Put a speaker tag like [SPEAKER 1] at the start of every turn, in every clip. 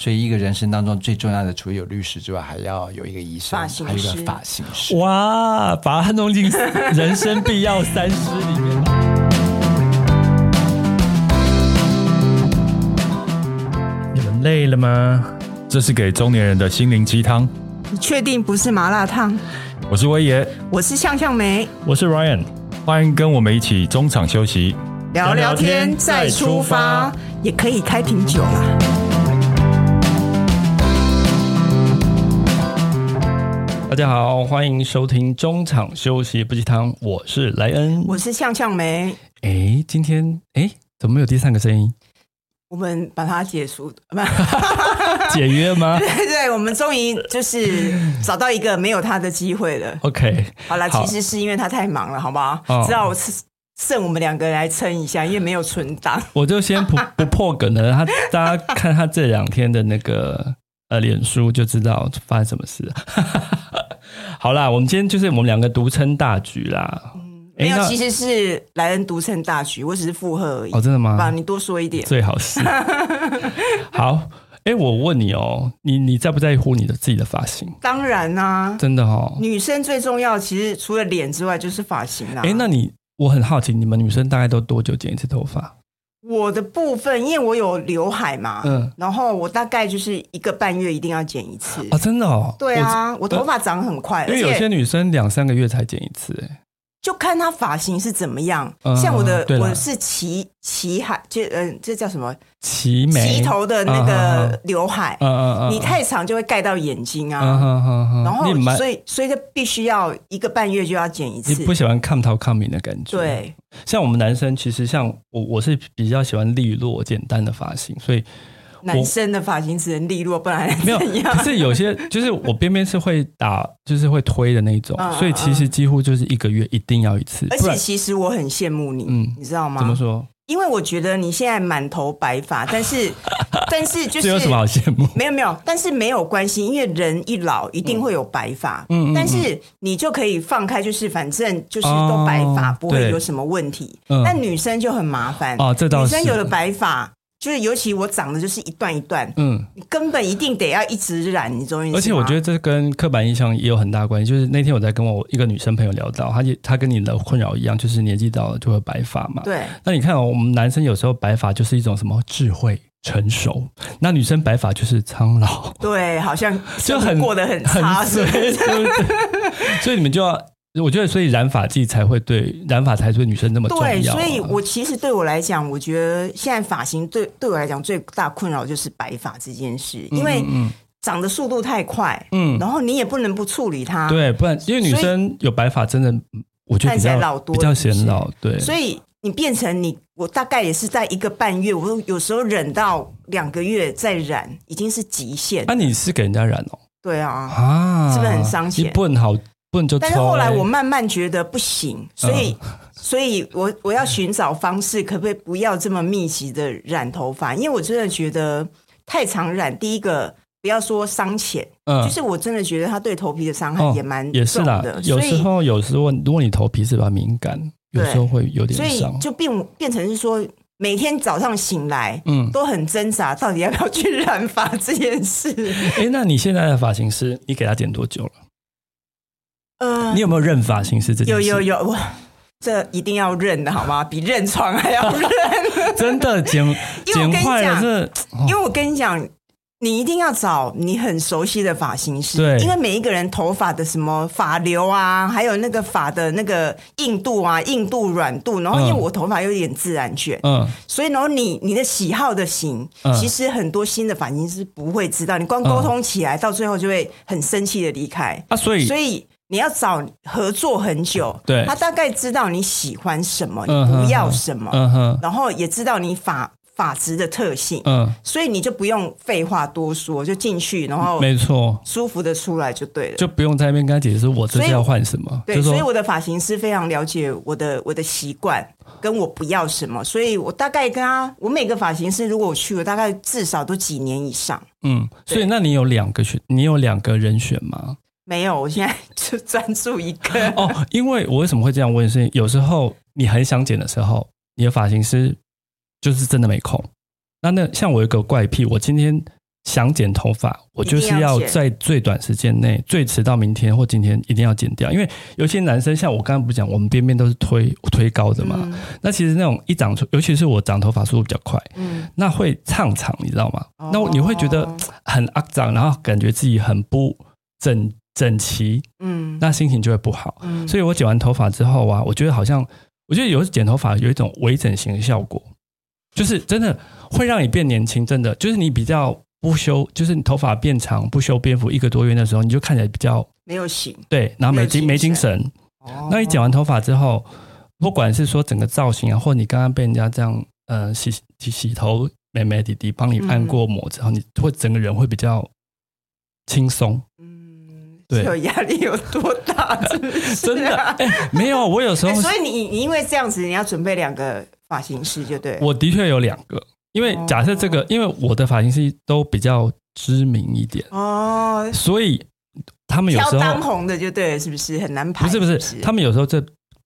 [SPEAKER 1] 所以一个人生当中最重要的，除了有律师之外，还要有一个医生，
[SPEAKER 2] 发型
[SPEAKER 1] 还有一个
[SPEAKER 2] 师
[SPEAKER 1] 发型师。
[SPEAKER 3] 哇，把它弄进人生必要三师里面。你们累了吗？
[SPEAKER 4] 这是给中年人的心灵鸡汤。
[SPEAKER 2] 你确定不是麻辣烫？
[SPEAKER 4] 我是威爷，
[SPEAKER 2] 我是向向梅，
[SPEAKER 3] 我是 Ryan，
[SPEAKER 4] 欢迎跟我们一起中场休息。
[SPEAKER 2] 聊聊天
[SPEAKER 3] 天
[SPEAKER 2] 再
[SPEAKER 3] 再
[SPEAKER 2] 出
[SPEAKER 3] 出
[SPEAKER 2] 发
[SPEAKER 3] 发，
[SPEAKER 2] 也可以开瓶酒啦。
[SPEAKER 3] 大家好，欢迎收听中场休息不鸡汤，我是莱恩。
[SPEAKER 2] 我是向向梅，
[SPEAKER 3] 哎，今天哎，怎么没有第三个声音？
[SPEAKER 2] 我们把它解除， 不，
[SPEAKER 3] 解约 吗
[SPEAKER 2] 对对，我们终于就是找到一个没有他的机会了。
[SPEAKER 3] ？OK，
[SPEAKER 2] 好了，
[SPEAKER 3] 好
[SPEAKER 2] 其实是因为他太忙了，好不好？
[SPEAKER 3] 哦
[SPEAKER 2] 只好我剩我们两个人来撑一下，因为没有存档。
[SPEAKER 3] 我就先 不不破梗了。他大家看他这两天的那个呃脸书就知道发生什么事。 好啦，我们今天就是我们两个独撑大局啦。
[SPEAKER 2] 嗯没有，
[SPEAKER 3] 那
[SPEAKER 2] 其实是莱恩独撑大局，我只是附和而已。
[SPEAKER 3] 哦，真的吗？
[SPEAKER 2] 爸，你多说一点。
[SPEAKER 3] 最好 是好。哎，我问你哦，你你在不在乎你的自己的发型？
[SPEAKER 2] 当然啦、
[SPEAKER 3] 真的哦。
[SPEAKER 2] 女生最重要，其实除了脸之外就是发型啦。啊
[SPEAKER 3] 哎，那你我很好奇，你们女生大概都多久剪一次头发？
[SPEAKER 2] 我的部分，因为我有刘海嘛，
[SPEAKER 3] 嗯
[SPEAKER 2] 然后我大概就是一个半月一定要剪一次。
[SPEAKER 3] 啊，真的哦。
[SPEAKER 2] 对啊，我头发长很快，
[SPEAKER 3] 我，因为有
[SPEAKER 2] 而且
[SPEAKER 3] 些女生两三个月才剪一次，哎，
[SPEAKER 2] 就看她发型是怎么样。
[SPEAKER 3] 嗯
[SPEAKER 2] 像我的
[SPEAKER 3] 对，啦
[SPEAKER 2] 我是齐齐海，就嗯、这叫什么？
[SPEAKER 3] 齐眉啊
[SPEAKER 2] 齐头的那个刘海，
[SPEAKER 3] 嗯嗯嗯，
[SPEAKER 2] 你太长就会盖到眼睛
[SPEAKER 3] 嗯
[SPEAKER 2] 啊。
[SPEAKER 3] 哼哼哼，
[SPEAKER 2] 然后
[SPEAKER 3] 你蛮
[SPEAKER 2] 所以所以就必须要一个半月就要剪一
[SPEAKER 3] 你
[SPEAKER 2] 次
[SPEAKER 3] 不。喜欢看头看敏的感觉，，
[SPEAKER 2] 对，
[SPEAKER 3] 像我们男生其实像我，我是比较喜欢利落简单的发型，所以
[SPEAKER 2] 男生的发型只能利落，不然
[SPEAKER 3] 没有，
[SPEAKER 2] 怎
[SPEAKER 3] 可
[SPEAKER 2] 样？
[SPEAKER 3] 是有些就是我边边是会打，就是会推的那一种
[SPEAKER 2] 嗯，
[SPEAKER 3] 所以其实几乎就是一个月一定要一次，
[SPEAKER 2] 而
[SPEAKER 3] 不
[SPEAKER 2] 且
[SPEAKER 3] 然
[SPEAKER 2] 其实我很羡慕你，
[SPEAKER 3] 嗯
[SPEAKER 2] 你知道吗？
[SPEAKER 3] 怎么说？
[SPEAKER 2] 因为我觉得你现在满头白 发，但是但是就是
[SPEAKER 3] 这有什么好羡 慕？
[SPEAKER 2] 没有没有，但是没有关系，因为人一老一定会有白发，
[SPEAKER 3] 嗯嗯嗯
[SPEAKER 2] 但是你就可以放开，就是反正就是都白发，
[SPEAKER 3] 哦
[SPEAKER 2] 不会
[SPEAKER 3] 对
[SPEAKER 2] 有什么问题。
[SPEAKER 3] 嗯
[SPEAKER 2] 但女生就很麻烦
[SPEAKER 3] 哦这倒
[SPEAKER 2] 女
[SPEAKER 3] 是
[SPEAKER 2] 生有了白发，就是尤其我长的就是一段一段，
[SPEAKER 3] 嗯，
[SPEAKER 2] 你根本一定得要一直染，你终于。
[SPEAKER 3] 而且我觉得这跟刻板印象也有很大关系。就是那天我在跟我一个女生朋友聊到，她也她跟你的困扰一样，就是年纪到了就会白发嘛。
[SPEAKER 2] 对
[SPEAKER 3] 那你看、哦，我们男生有时候白发就是一种什么智慧、成熟，那女生白发就是 苍老，
[SPEAKER 2] 对，好像
[SPEAKER 3] 就很
[SPEAKER 2] 生活过得很差，是
[SPEAKER 3] 衰，
[SPEAKER 2] 不是
[SPEAKER 3] 对不对？所以你们就要，我觉得，所以染发剂才会对染发才对女生那么重要啊、
[SPEAKER 2] 对，所以我其实对我来讲，我觉得现在发型对对我来讲最大困扰就是白发这件事，因为长的速度太快，
[SPEAKER 3] 嗯
[SPEAKER 2] 然后你也不能不处理它，，
[SPEAKER 3] 对，不然因为女
[SPEAKER 2] 所以
[SPEAKER 3] 生有白发真的，我觉得
[SPEAKER 2] 看
[SPEAKER 3] 比
[SPEAKER 2] 起来
[SPEAKER 3] 较
[SPEAKER 2] 老多
[SPEAKER 3] 比较
[SPEAKER 2] 是不是
[SPEAKER 3] 显老，对，
[SPEAKER 2] 所以你变成你，我大概也是在一个半月，我有时候忍到两个月再染，已经是极限，
[SPEAKER 3] 那、你是给人家染哦
[SPEAKER 2] 对啊。
[SPEAKER 3] 啊？
[SPEAKER 2] 是不是很伤钱
[SPEAKER 3] 你不能好，不欸嗯能就抽、
[SPEAKER 2] 但是后来我慢慢觉得不行，所以，所以我我要寻找方式，可不可以不要这么密集的染头发？因为我真的觉得太常染，第一个不要说伤钱，
[SPEAKER 3] 嗯
[SPEAKER 2] 就是我真的觉得它对头皮的伤害
[SPEAKER 3] 哦
[SPEAKER 2] 也蛮
[SPEAKER 3] 也是
[SPEAKER 2] 重
[SPEAKER 3] 啦
[SPEAKER 2] 的，，
[SPEAKER 3] 有
[SPEAKER 2] 所
[SPEAKER 3] 时
[SPEAKER 2] 以
[SPEAKER 3] 候有时候如果你头皮是比较敏感，有
[SPEAKER 2] 对
[SPEAKER 3] 时候会有点
[SPEAKER 2] 所
[SPEAKER 3] 伤
[SPEAKER 2] 以。就变变成是说，每天早上醒来，
[SPEAKER 3] 嗯
[SPEAKER 2] 都很挣扎，到底要不要去染发这件事。
[SPEAKER 3] 哎、那你现在的发型师，你给他剪多久了？
[SPEAKER 2] 呃
[SPEAKER 3] 你，有没有认发型师这件
[SPEAKER 2] 有
[SPEAKER 3] 事？
[SPEAKER 2] 呃嗯有有，我这一定要认的好吗？比认床还要认，
[SPEAKER 3] 真的剪
[SPEAKER 2] 因为我跟
[SPEAKER 3] 剪
[SPEAKER 2] 你
[SPEAKER 3] 坏了，
[SPEAKER 2] 讲
[SPEAKER 3] 这哦
[SPEAKER 2] 因为我跟你讲。你一定要找你很熟悉的发型师，
[SPEAKER 3] 对
[SPEAKER 2] 因为每一个人头发的什么发流啊，还有那个发的那个硬度啊、硬度、软度，然后因为
[SPEAKER 3] 嗯
[SPEAKER 2] 我头发有点自然卷，
[SPEAKER 3] 嗯
[SPEAKER 2] 所以，然后你你的喜好的型，
[SPEAKER 3] 嗯
[SPEAKER 2] 其实很多新的发型师不会知道，你光沟通起来，到最后就会很生气的离开。
[SPEAKER 3] 啊，所以
[SPEAKER 2] 所以你要找合作很久，
[SPEAKER 3] 对
[SPEAKER 2] 他大概知道你喜欢什么，
[SPEAKER 3] 嗯
[SPEAKER 2] 你
[SPEAKER 3] 哼
[SPEAKER 2] 不要什么，
[SPEAKER 3] 嗯哼
[SPEAKER 2] 然后也知道你发发质的特性，
[SPEAKER 3] 嗯，
[SPEAKER 2] 所以你就不用废话多说，就进去，然后
[SPEAKER 3] 没错，
[SPEAKER 2] 舒服的出来就对了。
[SPEAKER 3] 就不用在那边跟他解释我这
[SPEAKER 2] 所以
[SPEAKER 3] 是要换什么，
[SPEAKER 2] 对，
[SPEAKER 3] 就
[SPEAKER 2] 所以
[SPEAKER 3] 说
[SPEAKER 2] 我的发型师非常了解我的我的习惯，跟我不要什么，所以我大概跟他，我每个发型师如果我去，我大概至少都几年以上。
[SPEAKER 3] 嗯，所以那你有两个选，你有两个人选吗？
[SPEAKER 2] 没有，我现在就专注一个。
[SPEAKER 3] 哦，因为我为什么会这样问？是有时候你很想剪的时候，你的发型师就是真的没空。那那像我有一个怪癖，我今天想剪头发，我就是
[SPEAKER 2] 一定要
[SPEAKER 3] 要嗯
[SPEAKER 2] 剪
[SPEAKER 3] 在最短时间内，最迟到明天或今天一定要剪掉。因为有些男生像我刚刚不是讲，我们边边都是推推高的嘛，那其实那种一长出，尤其是我长头发速度比较快，
[SPEAKER 2] 嗯，
[SPEAKER 3] 那会唱场，你知道吗？那我
[SPEAKER 2] 哦
[SPEAKER 3] 你会觉得很肮脏，然后感觉自己很不整整齐，
[SPEAKER 2] 嗯，
[SPEAKER 3] 那心情就会不好。
[SPEAKER 2] 嗯
[SPEAKER 3] 所以我剪完头发之后啊，我觉得好像，我觉得有剪头发有一种微整形的效果，就是真的会让你变年轻，真的就是你比较不修，就是你头发变长不修边幅一个多月的时候，你就看起来比较
[SPEAKER 2] 没有醒。
[SPEAKER 3] 对，然后没精
[SPEAKER 2] 没有
[SPEAKER 3] 没
[SPEAKER 2] 精
[SPEAKER 3] 精
[SPEAKER 2] 神
[SPEAKER 3] 神。
[SPEAKER 2] 哦
[SPEAKER 3] 那你剪完头发之后，不管是说整个造型啊，或你刚刚被人家这样呃洗洗洗头，美美弟弟帮你
[SPEAKER 2] 嗯
[SPEAKER 3] 按过摩之后，你会整个人会比较轻松。
[SPEAKER 2] 嗯，
[SPEAKER 3] 对
[SPEAKER 2] 是有压力有多大？是不是啊
[SPEAKER 3] 真的，哎、没有，我有时候
[SPEAKER 2] 哎所以你你因为这样子，你要准备两个发型师，就对了。哦
[SPEAKER 3] 我的确有两个，因为假设这个，因为我的发型师都比较知名一点，
[SPEAKER 2] 哦，
[SPEAKER 3] 所以他们有
[SPEAKER 2] 挑
[SPEAKER 3] 时
[SPEAKER 2] 当
[SPEAKER 3] 候
[SPEAKER 2] 红的就对了，是不是很难排？
[SPEAKER 3] 不是不
[SPEAKER 2] 是
[SPEAKER 3] 是，他们有时候这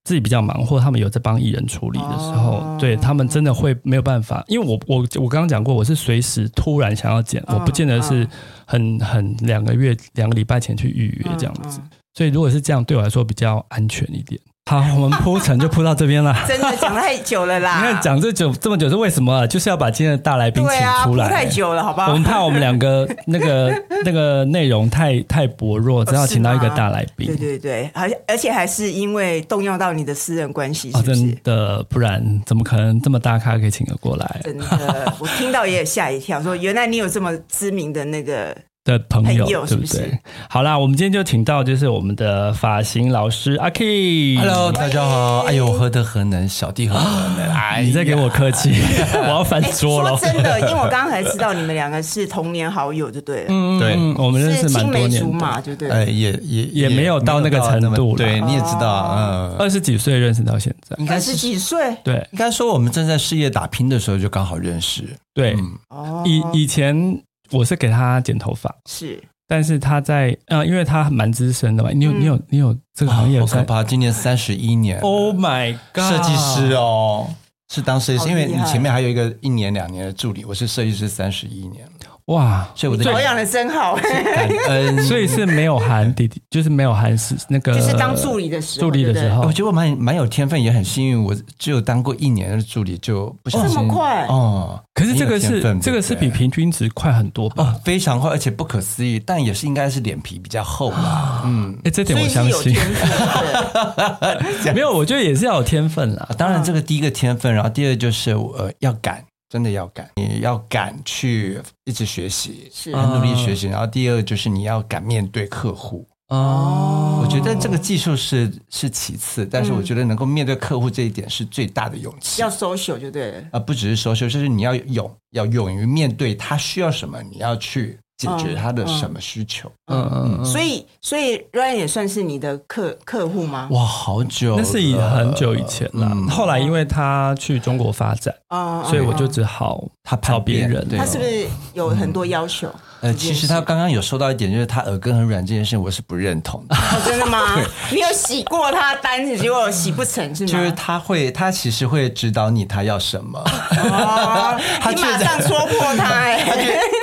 [SPEAKER 3] 自己比较忙，或他们有在帮艺人处理的时候，
[SPEAKER 2] 哦
[SPEAKER 3] 对他们真的会没有办法，因为我我我刚刚讲过，我是随时突然想要剪，
[SPEAKER 2] 嗯
[SPEAKER 3] 我不见得是很很两个月两个礼拜前去预约
[SPEAKER 2] 嗯
[SPEAKER 3] 这样子，所以如果是这样，对我来说比较安全一点。好，我们铺陈就铺到这边了。
[SPEAKER 2] 嗯真的讲太久了啦。
[SPEAKER 3] 你看，讲这久这么久是为什么啊、就是要把今天的大来宾
[SPEAKER 2] 对
[SPEAKER 3] 请
[SPEAKER 2] 啊，
[SPEAKER 3] 出
[SPEAKER 2] 铺
[SPEAKER 3] 来、
[SPEAKER 2] 太久了，好不
[SPEAKER 3] 我
[SPEAKER 2] 好
[SPEAKER 3] 们？怕我们两个那个 那个内容太太薄弱，只好请到一个大来宾。
[SPEAKER 2] 对对对，而且而且还是因为动用到你的私人关系，哦
[SPEAKER 3] 啊，
[SPEAKER 2] 是不
[SPEAKER 3] 真
[SPEAKER 2] 是？
[SPEAKER 3] 的，不然怎么可能这么大咖可以请得过来
[SPEAKER 2] 真的， 我听到也吓一跳，说原来你有这么知名的那 个
[SPEAKER 3] 的朋友，
[SPEAKER 2] 朋友
[SPEAKER 3] 对
[SPEAKER 2] 是不
[SPEAKER 3] 对
[SPEAKER 2] 是？
[SPEAKER 3] 好啦，我们今天就请到就是我们的发型老师阿 K。
[SPEAKER 1] Hello，大家好。哎呦，何德何能，小弟何能呢？哎呀，
[SPEAKER 3] 你在给我客气， 我要翻
[SPEAKER 2] 哎，
[SPEAKER 3] 桌了
[SPEAKER 2] 说。真 的，因为我刚刚才知道你们两个是童年好友，就对了，
[SPEAKER 3] 嗯，
[SPEAKER 1] 对
[SPEAKER 3] 嗯我们认识
[SPEAKER 2] 是青
[SPEAKER 3] 蛮多
[SPEAKER 2] 梅竹
[SPEAKER 3] 年的，哎
[SPEAKER 2] 马，就对了。
[SPEAKER 1] 呃，也也
[SPEAKER 3] 也没有到那个程度啦
[SPEAKER 1] 对，你也知道，
[SPEAKER 2] 哦
[SPEAKER 1] 嗯，
[SPEAKER 3] 二十几岁认识到现在。
[SPEAKER 1] 应
[SPEAKER 2] 二
[SPEAKER 1] 该
[SPEAKER 2] 十
[SPEAKER 1] 是
[SPEAKER 2] 几岁
[SPEAKER 3] 对
[SPEAKER 1] 应该说我们正在事业打拼的时候就刚好认识。
[SPEAKER 3] 对，
[SPEAKER 1] 嗯
[SPEAKER 2] 哦，
[SPEAKER 3] 以以前我是给他剪头发，
[SPEAKER 2] 是
[SPEAKER 3] 但是他在呃，因为他蛮资深的嘛，你有、
[SPEAKER 2] 嗯
[SPEAKER 3] 你有你有这个行业
[SPEAKER 1] 好
[SPEAKER 3] 有
[SPEAKER 1] 可
[SPEAKER 3] 在
[SPEAKER 1] 怕！今年三十一年
[SPEAKER 3] Oh my god！
[SPEAKER 1] 设计师哦，是当设计
[SPEAKER 2] 好
[SPEAKER 1] 师，因为
[SPEAKER 2] 厉
[SPEAKER 1] 你
[SPEAKER 2] 害
[SPEAKER 1] 前面还有一个一年两年的助理，我是设计师三十一年，
[SPEAKER 3] 哇，
[SPEAKER 1] 所以我的
[SPEAKER 2] 保养的真好，
[SPEAKER 1] 感恩。
[SPEAKER 3] 所以是没有含弟弟，就是没有含是那个，
[SPEAKER 2] 就是当助理的时候，
[SPEAKER 3] 助理的
[SPEAKER 2] 对不对
[SPEAKER 3] 时候
[SPEAKER 1] 我觉得我蛮蛮有天分，也很幸运，我只有当过一年的助理，就不小心
[SPEAKER 2] 这么快
[SPEAKER 1] 哦。
[SPEAKER 3] 可是这个
[SPEAKER 1] 很有
[SPEAKER 3] 是
[SPEAKER 1] 天分
[SPEAKER 3] 这个是比
[SPEAKER 1] 对不对
[SPEAKER 3] 平均值快很多吧？
[SPEAKER 1] 哦非常快，而且不可思议，但也是应该是脸皮比较厚啦。嗯，
[SPEAKER 3] 哎，这点我
[SPEAKER 2] 所
[SPEAKER 3] 相
[SPEAKER 2] 以是有
[SPEAKER 3] 信。
[SPEAKER 2] 天赋 的，
[SPEAKER 3] 没有，我觉得也是要有天分啦
[SPEAKER 1] 啊。当然这个第一个天分，然后第二就是呃要敢，真的要敢，你要敢去一直学习，
[SPEAKER 2] 是
[SPEAKER 1] 很努力学
[SPEAKER 3] 啊
[SPEAKER 1] 习。然后第二就是你要敢面对客户，
[SPEAKER 3] 哦，
[SPEAKER 1] 我觉得这个技术是是其次，但是我觉得能够面对客户这一点是最大的勇气。
[SPEAKER 2] 要 social 就对了。
[SPEAKER 1] 啊，不只是收修，就是你要勇，要勇于面对他需要什么，你要去解决他的什么需求。
[SPEAKER 3] 嗯嗯嗯，
[SPEAKER 2] 所以，所以 Ryan 也算是你的客客户吗？
[SPEAKER 1] 哇，好久
[SPEAKER 3] 那是以
[SPEAKER 1] 了
[SPEAKER 3] 很久以前啦。
[SPEAKER 1] 嗯
[SPEAKER 3] 后来因为他去中国发展，
[SPEAKER 2] 啊，
[SPEAKER 3] 所以我就
[SPEAKER 2] 嗯
[SPEAKER 3] 只好
[SPEAKER 1] 他
[SPEAKER 3] 找
[SPEAKER 1] 叛
[SPEAKER 3] 别
[SPEAKER 1] 变
[SPEAKER 3] 人。
[SPEAKER 1] 对
[SPEAKER 2] 他是不是有很多要求？
[SPEAKER 3] 嗯
[SPEAKER 1] 呃，其实他刚刚有说到一点，就是他耳根很软这件事，我是不认同
[SPEAKER 3] 嗯
[SPEAKER 1] 的。
[SPEAKER 2] 哦真的 吗？你有洗过他的单子，结果洗不成是吗？
[SPEAKER 1] 就是他会，他其实会指导你他要什 么，
[SPEAKER 2] 哦，
[SPEAKER 1] 他
[SPEAKER 2] 你
[SPEAKER 1] 确
[SPEAKER 2] 马
[SPEAKER 1] 实
[SPEAKER 2] 上戳破他
[SPEAKER 1] 他
[SPEAKER 2] 哎，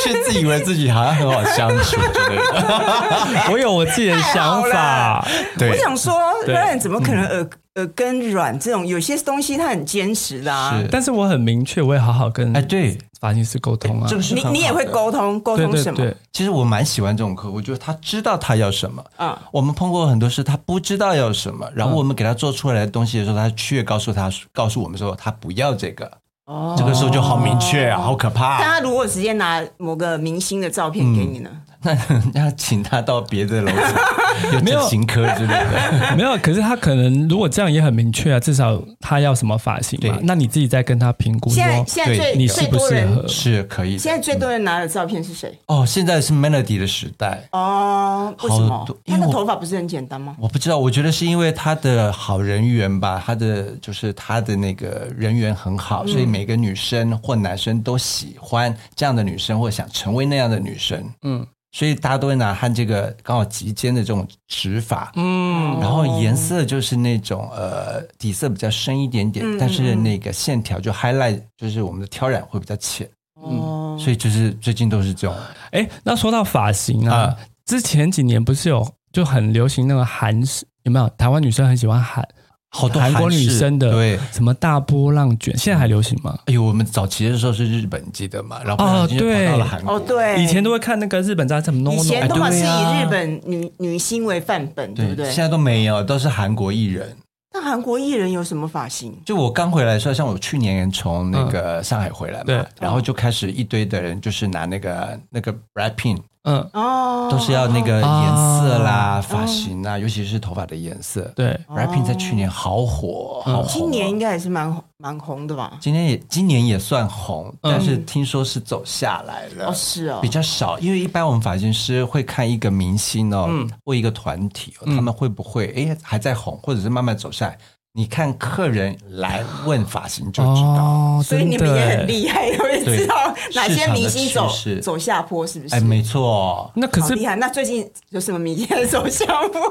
[SPEAKER 1] 却却自以为自己好像很好相处之类的。
[SPEAKER 3] 我有我自己的想
[SPEAKER 2] 太
[SPEAKER 3] 法，
[SPEAKER 2] 我
[SPEAKER 1] 对，
[SPEAKER 2] 想说
[SPEAKER 3] 对嗯
[SPEAKER 2] ，Ryan 怎么可能耳耳根软？这种有些东西他很坚持的啊。
[SPEAKER 1] 是
[SPEAKER 3] 但是我很明确，我也好好跟
[SPEAKER 1] 哎，对，
[SPEAKER 3] 发型师沟通啊
[SPEAKER 1] 这。个是
[SPEAKER 2] 你
[SPEAKER 1] 很
[SPEAKER 2] 你也
[SPEAKER 1] 好
[SPEAKER 2] 会
[SPEAKER 1] 的
[SPEAKER 2] 沟通沟
[SPEAKER 3] 对
[SPEAKER 2] 通
[SPEAKER 3] 对
[SPEAKER 2] 什么
[SPEAKER 3] 对，
[SPEAKER 1] 其实我蛮喜欢这种客户，就是他知道他要什么。
[SPEAKER 2] 啊？
[SPEAKER 1] 我们碰过很多事，他不知道要什么，然后我们给他做出来的东西的时候，他却告诉他告诉我们说他不要这个，
[SPEAKER 2] 哦
[SPEAKER 1] 这个时候就好明确啊，好可怕、
[SPEAKER 2] 但他如果直接拿某个明星的照片给你
[SPEAKER 3] 嗯
[SPEAKER 2] 呢？
[SPEAKER 1] 那那请他到别的楼 层，有
[SPEAKER 3] 没有
[SPEAKER 1] 整形科之类的。
[SPEAKER 3] 没有，可是他可能如果这样也很明确啊，至少他要什么发型嘛
[SPEAKER 1] 对。
[SPEAKER 3] 那你自己再跟他评估
[SPEAKER 2] 现在
[SPEAKER 3] 说
[SPEAKER 2] 现在最
[SPEAKER 1] 对
[SPEAKER 3] 你
[SPEAKER 2] 最
[SPEAKER 3] 适不
[SPEAKER 2] 多
[SPEAKER 3] 适
[SPEAKER 2] 人
[SPEAKER 3] 合。
[SPEAKER 1] 是可以的。
[SPEAKER 2] 现在最多人拿的照片是谁？
[SPEAKER 1] 哦，现在是 Melody 的时代，
[SPEAKER 2] 哦，为什
[SPEAKER 1] 好
[SPEAKER 2] 么
[SPEAKER 1] 多？因
[SPEAKER 2] 他
[SPEAKER 1] 为
[SPEAKER 2] 的
[SPEAKER 1] 我
[SPEAKER 2] 头发不是很简单吗？
[SPEAKER 1] 我不知道，我觉得是因为他的好人缘吧，他的就是他的那个人缘很好，所以每个女生或男生都喜欢这样的女生，或想成为那样的女生。
[SPEAKER 3] 嗯
[SPEAKER 1] 嗯，所以大家都会拿和这个刚好及肩的这种指法，
[SPEAKER 3] 嗯，
[SPEAKER 1] 然后颜色就是那种呃底色比较深一点点，
[SPEAKER 2] 嗯
[SPEAKER 1] 但是
[SPEAKER 2] 嗯嗯
[SPEAKER 1] 那个线条就 highlight 就是我们的挑染会比较浅。
[SPEAKER 2] 哦，哦，
[SPEAKER 1] 所以就是最近都是这种
[SPEAKER 3] 哎，那说到发型啊，
[SPEAKER 1] 啊
[SPEAKER 3] 之前几年不是有就很流行那个韩式，有没有？台湾女生很喜欢韩
[SPEAKER 1] 好多
[SPEAKER 3] 韩国嗯女
[SPEAKER 1] 式
[SPEAKER 3] 生的
[SPEAKER 1] 对。
[SPEAKER 3] 什么大波浪卷，现在还流行吗？
[SPEAKER 1] 哎呦，我们早期的时候是日本，你记得吗？然后不
[SPEAKER 3] 哦
[SPEAKER 1] 小心就跑
[SPEAKER 3] 对
[SPEAKER 1] 到了韩国。
[SPEAKER 2] 哦，对，
[SPEAKER 3] 以前都会看那个日本杂志什么 No
[SPEAKER 2] 以
[SPEAKER 3] No，
[SPEAKER 2] 前通常
[SPEAKER 1] 哎
[SPEAKER 2] 是
[SPEAKER 1] 对啊
[SPEAKER 2] 以日本女、女星为范本，对不对
[SPEAKER 1] 现？在都没有，都是韩国艺人。
[SPEAKER 2] 那韩国艺人有什么发型？
[SPEAKER 1] 就我刚回来的时候，像我去年从那个
[SPEAKER 2] 嗯
[SPEAKER 1] 上海回来嘛，
[SPEAKER 3] 对
[SPEAKER 1] 然后就开始一堆的人就是拿那个那个 Brad Pitt，
[SPEAKER 3] 嗯，
[SPEAKER 2] 哦，
[SPEAKER 1] 都是要那个颜色啦、
[SPEAKER 3] 哦
[SPEAKER 1] 发型啊，尤其是头发的颜色。
[SPEAKER 3] 对，
[SPEAKER 1] Brad Pitt 在去年好火，
[SPEAKER 3] 嗯
[SPEAKER 1] 好红啊。
[SPEAKER 2] 哦今年应该也是蛮红蛮红的吧？
[SPEAKER 1] 今年也今年也算红，但是听说是走下来了。
[SPEAKER 2] 嗯哦，是哦
[SPEAKER 1] 啊比，较少，因为一般我们发型师会看一个明星哦，或一个团体哦，他们会不会哎还在红，或者是慢慢走下来？你看客人来问发型就知道。
[SPEAKER 3] 哦，
[SPEAKER 2] 所以你们
[SPEAKER 3] 真的
[SPEAKER 2] 也
[SPEAKER 3] 耶
[SPEAKER 2] 很厉害，会知道哪些明星
[SPEAKER 1] 市场
[SPEAKER 2] 走
[SPEAKER 1] 的趋势
[SPEAKER 2] 走下坡，是不是？
[SPEAKER 1] 哎，没错哦、
[SPEAKER 3] 那可
[SPEAKER 2] 好
[SPEAKER 3] 是
[SPEAKER 2] 厉害！那最近有什么明星在走下坡？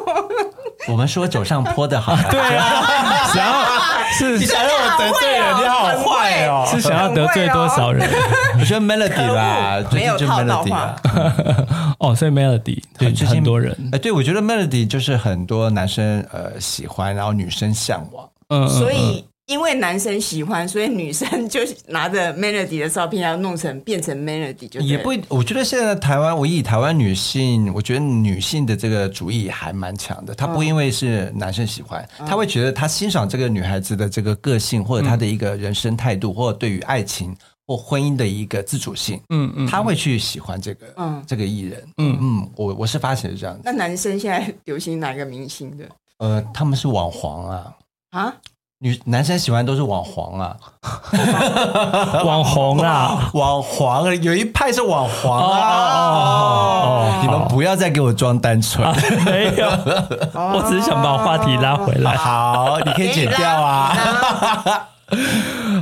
[SPEAKER 1] 我们说走上坡的好，
[SPEAKER 3] 对 啊，想要是
[SPEAKER 1] 你想让我得罪人，你好坏哦！
[SPEAKER 3] 是想要得罪多 少人？
[SPEAKER 2] 哦
[SPEAKER 1] 我觉得 Melody 啦，最
[SPEAKER 2] 没有
[SPEAKER 1] 近就
[SPEAKER 2] 套到
[SPEAKER 1] Melody
[SPEAKER 2] 话
[SPEAKER 1] 啦，
[SPEAKER 3] 哦，所以 Melody
[SPEAKER 1] 对，
[SPEAKER 3] 很
[SPEAKER 1] 最近
[SPEAKER 3] 很多人，
[SPEAKER 1] 哎，对我觉得 Melody 就是很多男生呃喜欢，然后女生向往。
[SPEAKER 3] 嗯，嗯
[SPEAKER 2] 所以因为男生喜欢，所以女生就拿着 Melody 的照片要弄成变成 Melody，就对了
[SPEAKER 1] 也不一，我觉得现在台湾，我以台湾女性，我觉得女性的这个主义还蛮强的。她
[SPEAKER 3] 嗯
[SPEAKER 1] 不因为是男生喜欢，她会觉得她欣赏这个女孩子的这个个性，或者她的
[SPEAKER 3] 嗯
[SPEAKER 1] 一个人生态度，或者对于爱情或婚姻的一个自主性，
[SPEAKER 3] 嗯嗯，
[SPEAKER 1] 她会去喜欢这个
[SPEAKER 2] 嗯
[SPEAKER 1] 这个艺人。嗯嗯，我我是发现是这样的。
[SPEAKER 2] 那男生现在流行哪个明星的
[SPEAKER 1] 呃，他们是网黄啊，
[SPEAKER 2] 啊？
[SPEAKER 1] 女男生喜欢都是网黄啊，
[SPEAKER 3] 网红 啦，
[SPEAKER 1] 网黄啊，有一派是网黄
[SPEAKER 3] 哦哦哦哦
[SPEAKER 1] 啊。你们不要再给我装单纯。
[SPEAKER 3] 没有， 我只是想把话
[SPEAKER 2] 哦
[SPEAKER 3] 题拉回 来。
[SPEAKER 1] 好，你可以剪掉
[SPEAKER 2] 哎
[SPEAKER 1] 啊。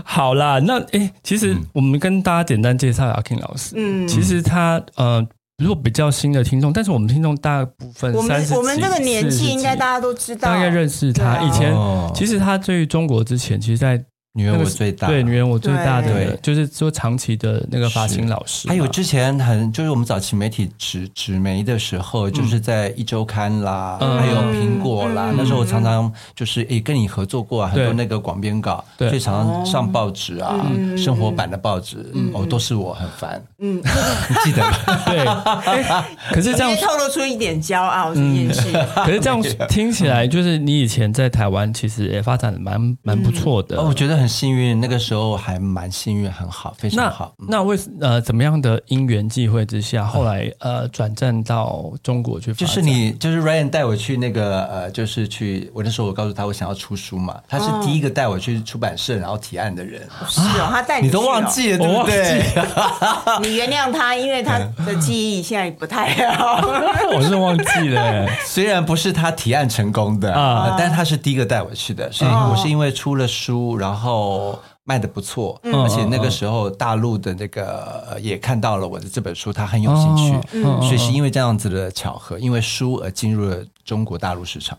[SPEAKER 3] 好啦，那诶、其实
[SPEAKER 1] 嗯
[SPEAKER 3] 我们跟大家简单介绍阿 King 老师。
[SPEAKER 2] 嗯
[SPEAKER 3] 其实他呃，如果比较新的听众，但是我们听众大部分
[SPEAKER 2] 我
[SPEAKER 3] 三
[SPEAKER 2] 们
[SPEAKER 3] 十
[SPEAKER 2] 我们
[SPEAKER 3] 几
[SPEAKER 2] 这个年
[SPEAKER 3] 40
[SPEAKER 2] 纪应该
[SPEAKER 3] 几
[SPEAKER 2] 大家都知道，
[SPEAKER 3] 大概认识
[SPEAKER 2] 对
[SPEAKER 3] 他。
[SPEAKER 2] 啊
[SPEAKER 3] 以前、
[SPEAKER 1] 哦
[SPEAKER 3] 其实他对于中国之前，其实在
[SPEAKER 1] 女
[SPEAKER 3] 那
[SPEAKER 1] 人
[SPEAKER 3] 个
[SPEAKER 1] 我最大，
[SPEAKER 3] 对女人我最大
[SPEAKER 2] 对
[SPEAKER 3] 的就是说长期的那个发型老师嘛，
[SPEAKER 1] 还有之前很就是我们早期媒体纸纸媒的时候，就是在一周刊啦，
[SPEAKER 3] 嗯
[SPEAKER 1] 还有苹果啦，
[SPEAKER 2] 嗯
[SPEAKER 1] 那时候我常常就是诶、跟你合作过、啊、很
[SPEAKER 3] 对
[SPEAKER 1] 多那个广编稿，
[SPEAKER 3] 对
[SPEAKER 1] 所以常常上报纸啊，
[SPEAKER 2] 嗯
[SPEAKER 1] 生活版的报纸、哦都是我很烦，
[SPEAKER 2] 嗯，
[SPEAKER 1] 你记得吗？
[SPEAKER 3] 对、诶可是
[SPEAKER 2] 因
[SPEAKER 3] 这样
[SPEAKER 2] 为透露出一点骄傲这件事。
[SPEAKER 3] 可是这样听起来，就是你以前在台湾其实也发展得蛮蛮不错的。
[SPEAKER 1] 哦，我觉得很幸运，那个时候还蛮幸运，很好，非常
[SPEAKER 3] 那
[SPEAKER 1] 好。嗯
[SPEAKER 3] 那为呃怎么样的因缘际会之下，后来呃转战到中国去发
[SPEAKER 1] 就
[SPEAKER 3] 展？
[SPEAKER 1] 是你，就是 Ryan 带我去那个呃，就是去我那时候我告诉他我想要出书嘛，他是第一个带我去出版社然后提案的人，
[SPEAKER 2] 是哦，
[SPEAKER 3] 啊
[SPEAKER 2] 他带
[SPEAKER 1] 你
[SPEAKER 2] 去
[SPEAKER 1] 都
[SPEAKER 2] 哦
[SPEAKER 1] 忘，记了
[SPEAKER 3] 嗯我
[SPEAKER 1] 对不对？
[SPEAKER 2] 你原谅他，因为他的记忆现在不太 好。
[SPEAKER 3] 我是忘记了、欸
[SPEAKER 1] 虽然不是他提案成功的
[SPEAKER 3] 啊
[SPEAKER 1] 啊，但是他是第一个带我去的，所以我是因为出了书，然后卖的不错，
[SPEAKER 3] 嗯
[SPEAKER 1] 而且那个时候大陆的那个呃也看到了我的这本书，他很有兴
[SPEAKER 3] 哦
[SPEAKER 1] 趣，
[SPEAKER 3] 嗯
[SPEAKER 1] 所以是因为这样子的巧合，因为书而进入了中国大陆市场。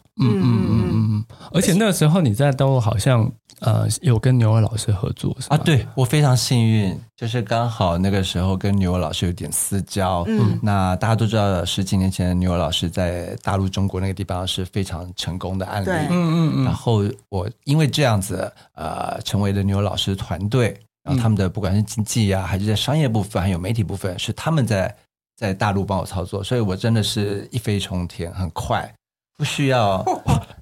[SPEAKER 3] 而且那个时候你在都好像呃有跟牛儿老师合作是吗
[SPEAKER 1] 啊，，对我非常幸运，就是刚好那个时候跟牛老师有点私交。嗯，那大家都知道，十几年前的牛老师在大陆中国那个地方是非常成功的案例。
[SPEAKER 2] 对
[SPEAKER 1] 嗯嗯嗯。然后我因为这样子，呃，成为了牛老师团队，然后他们的不管是经济啊，还是在商业部分，还有媒体部分，是他们在在大陆帮我操作，所以我真的是一飞冲天，很快，不需要，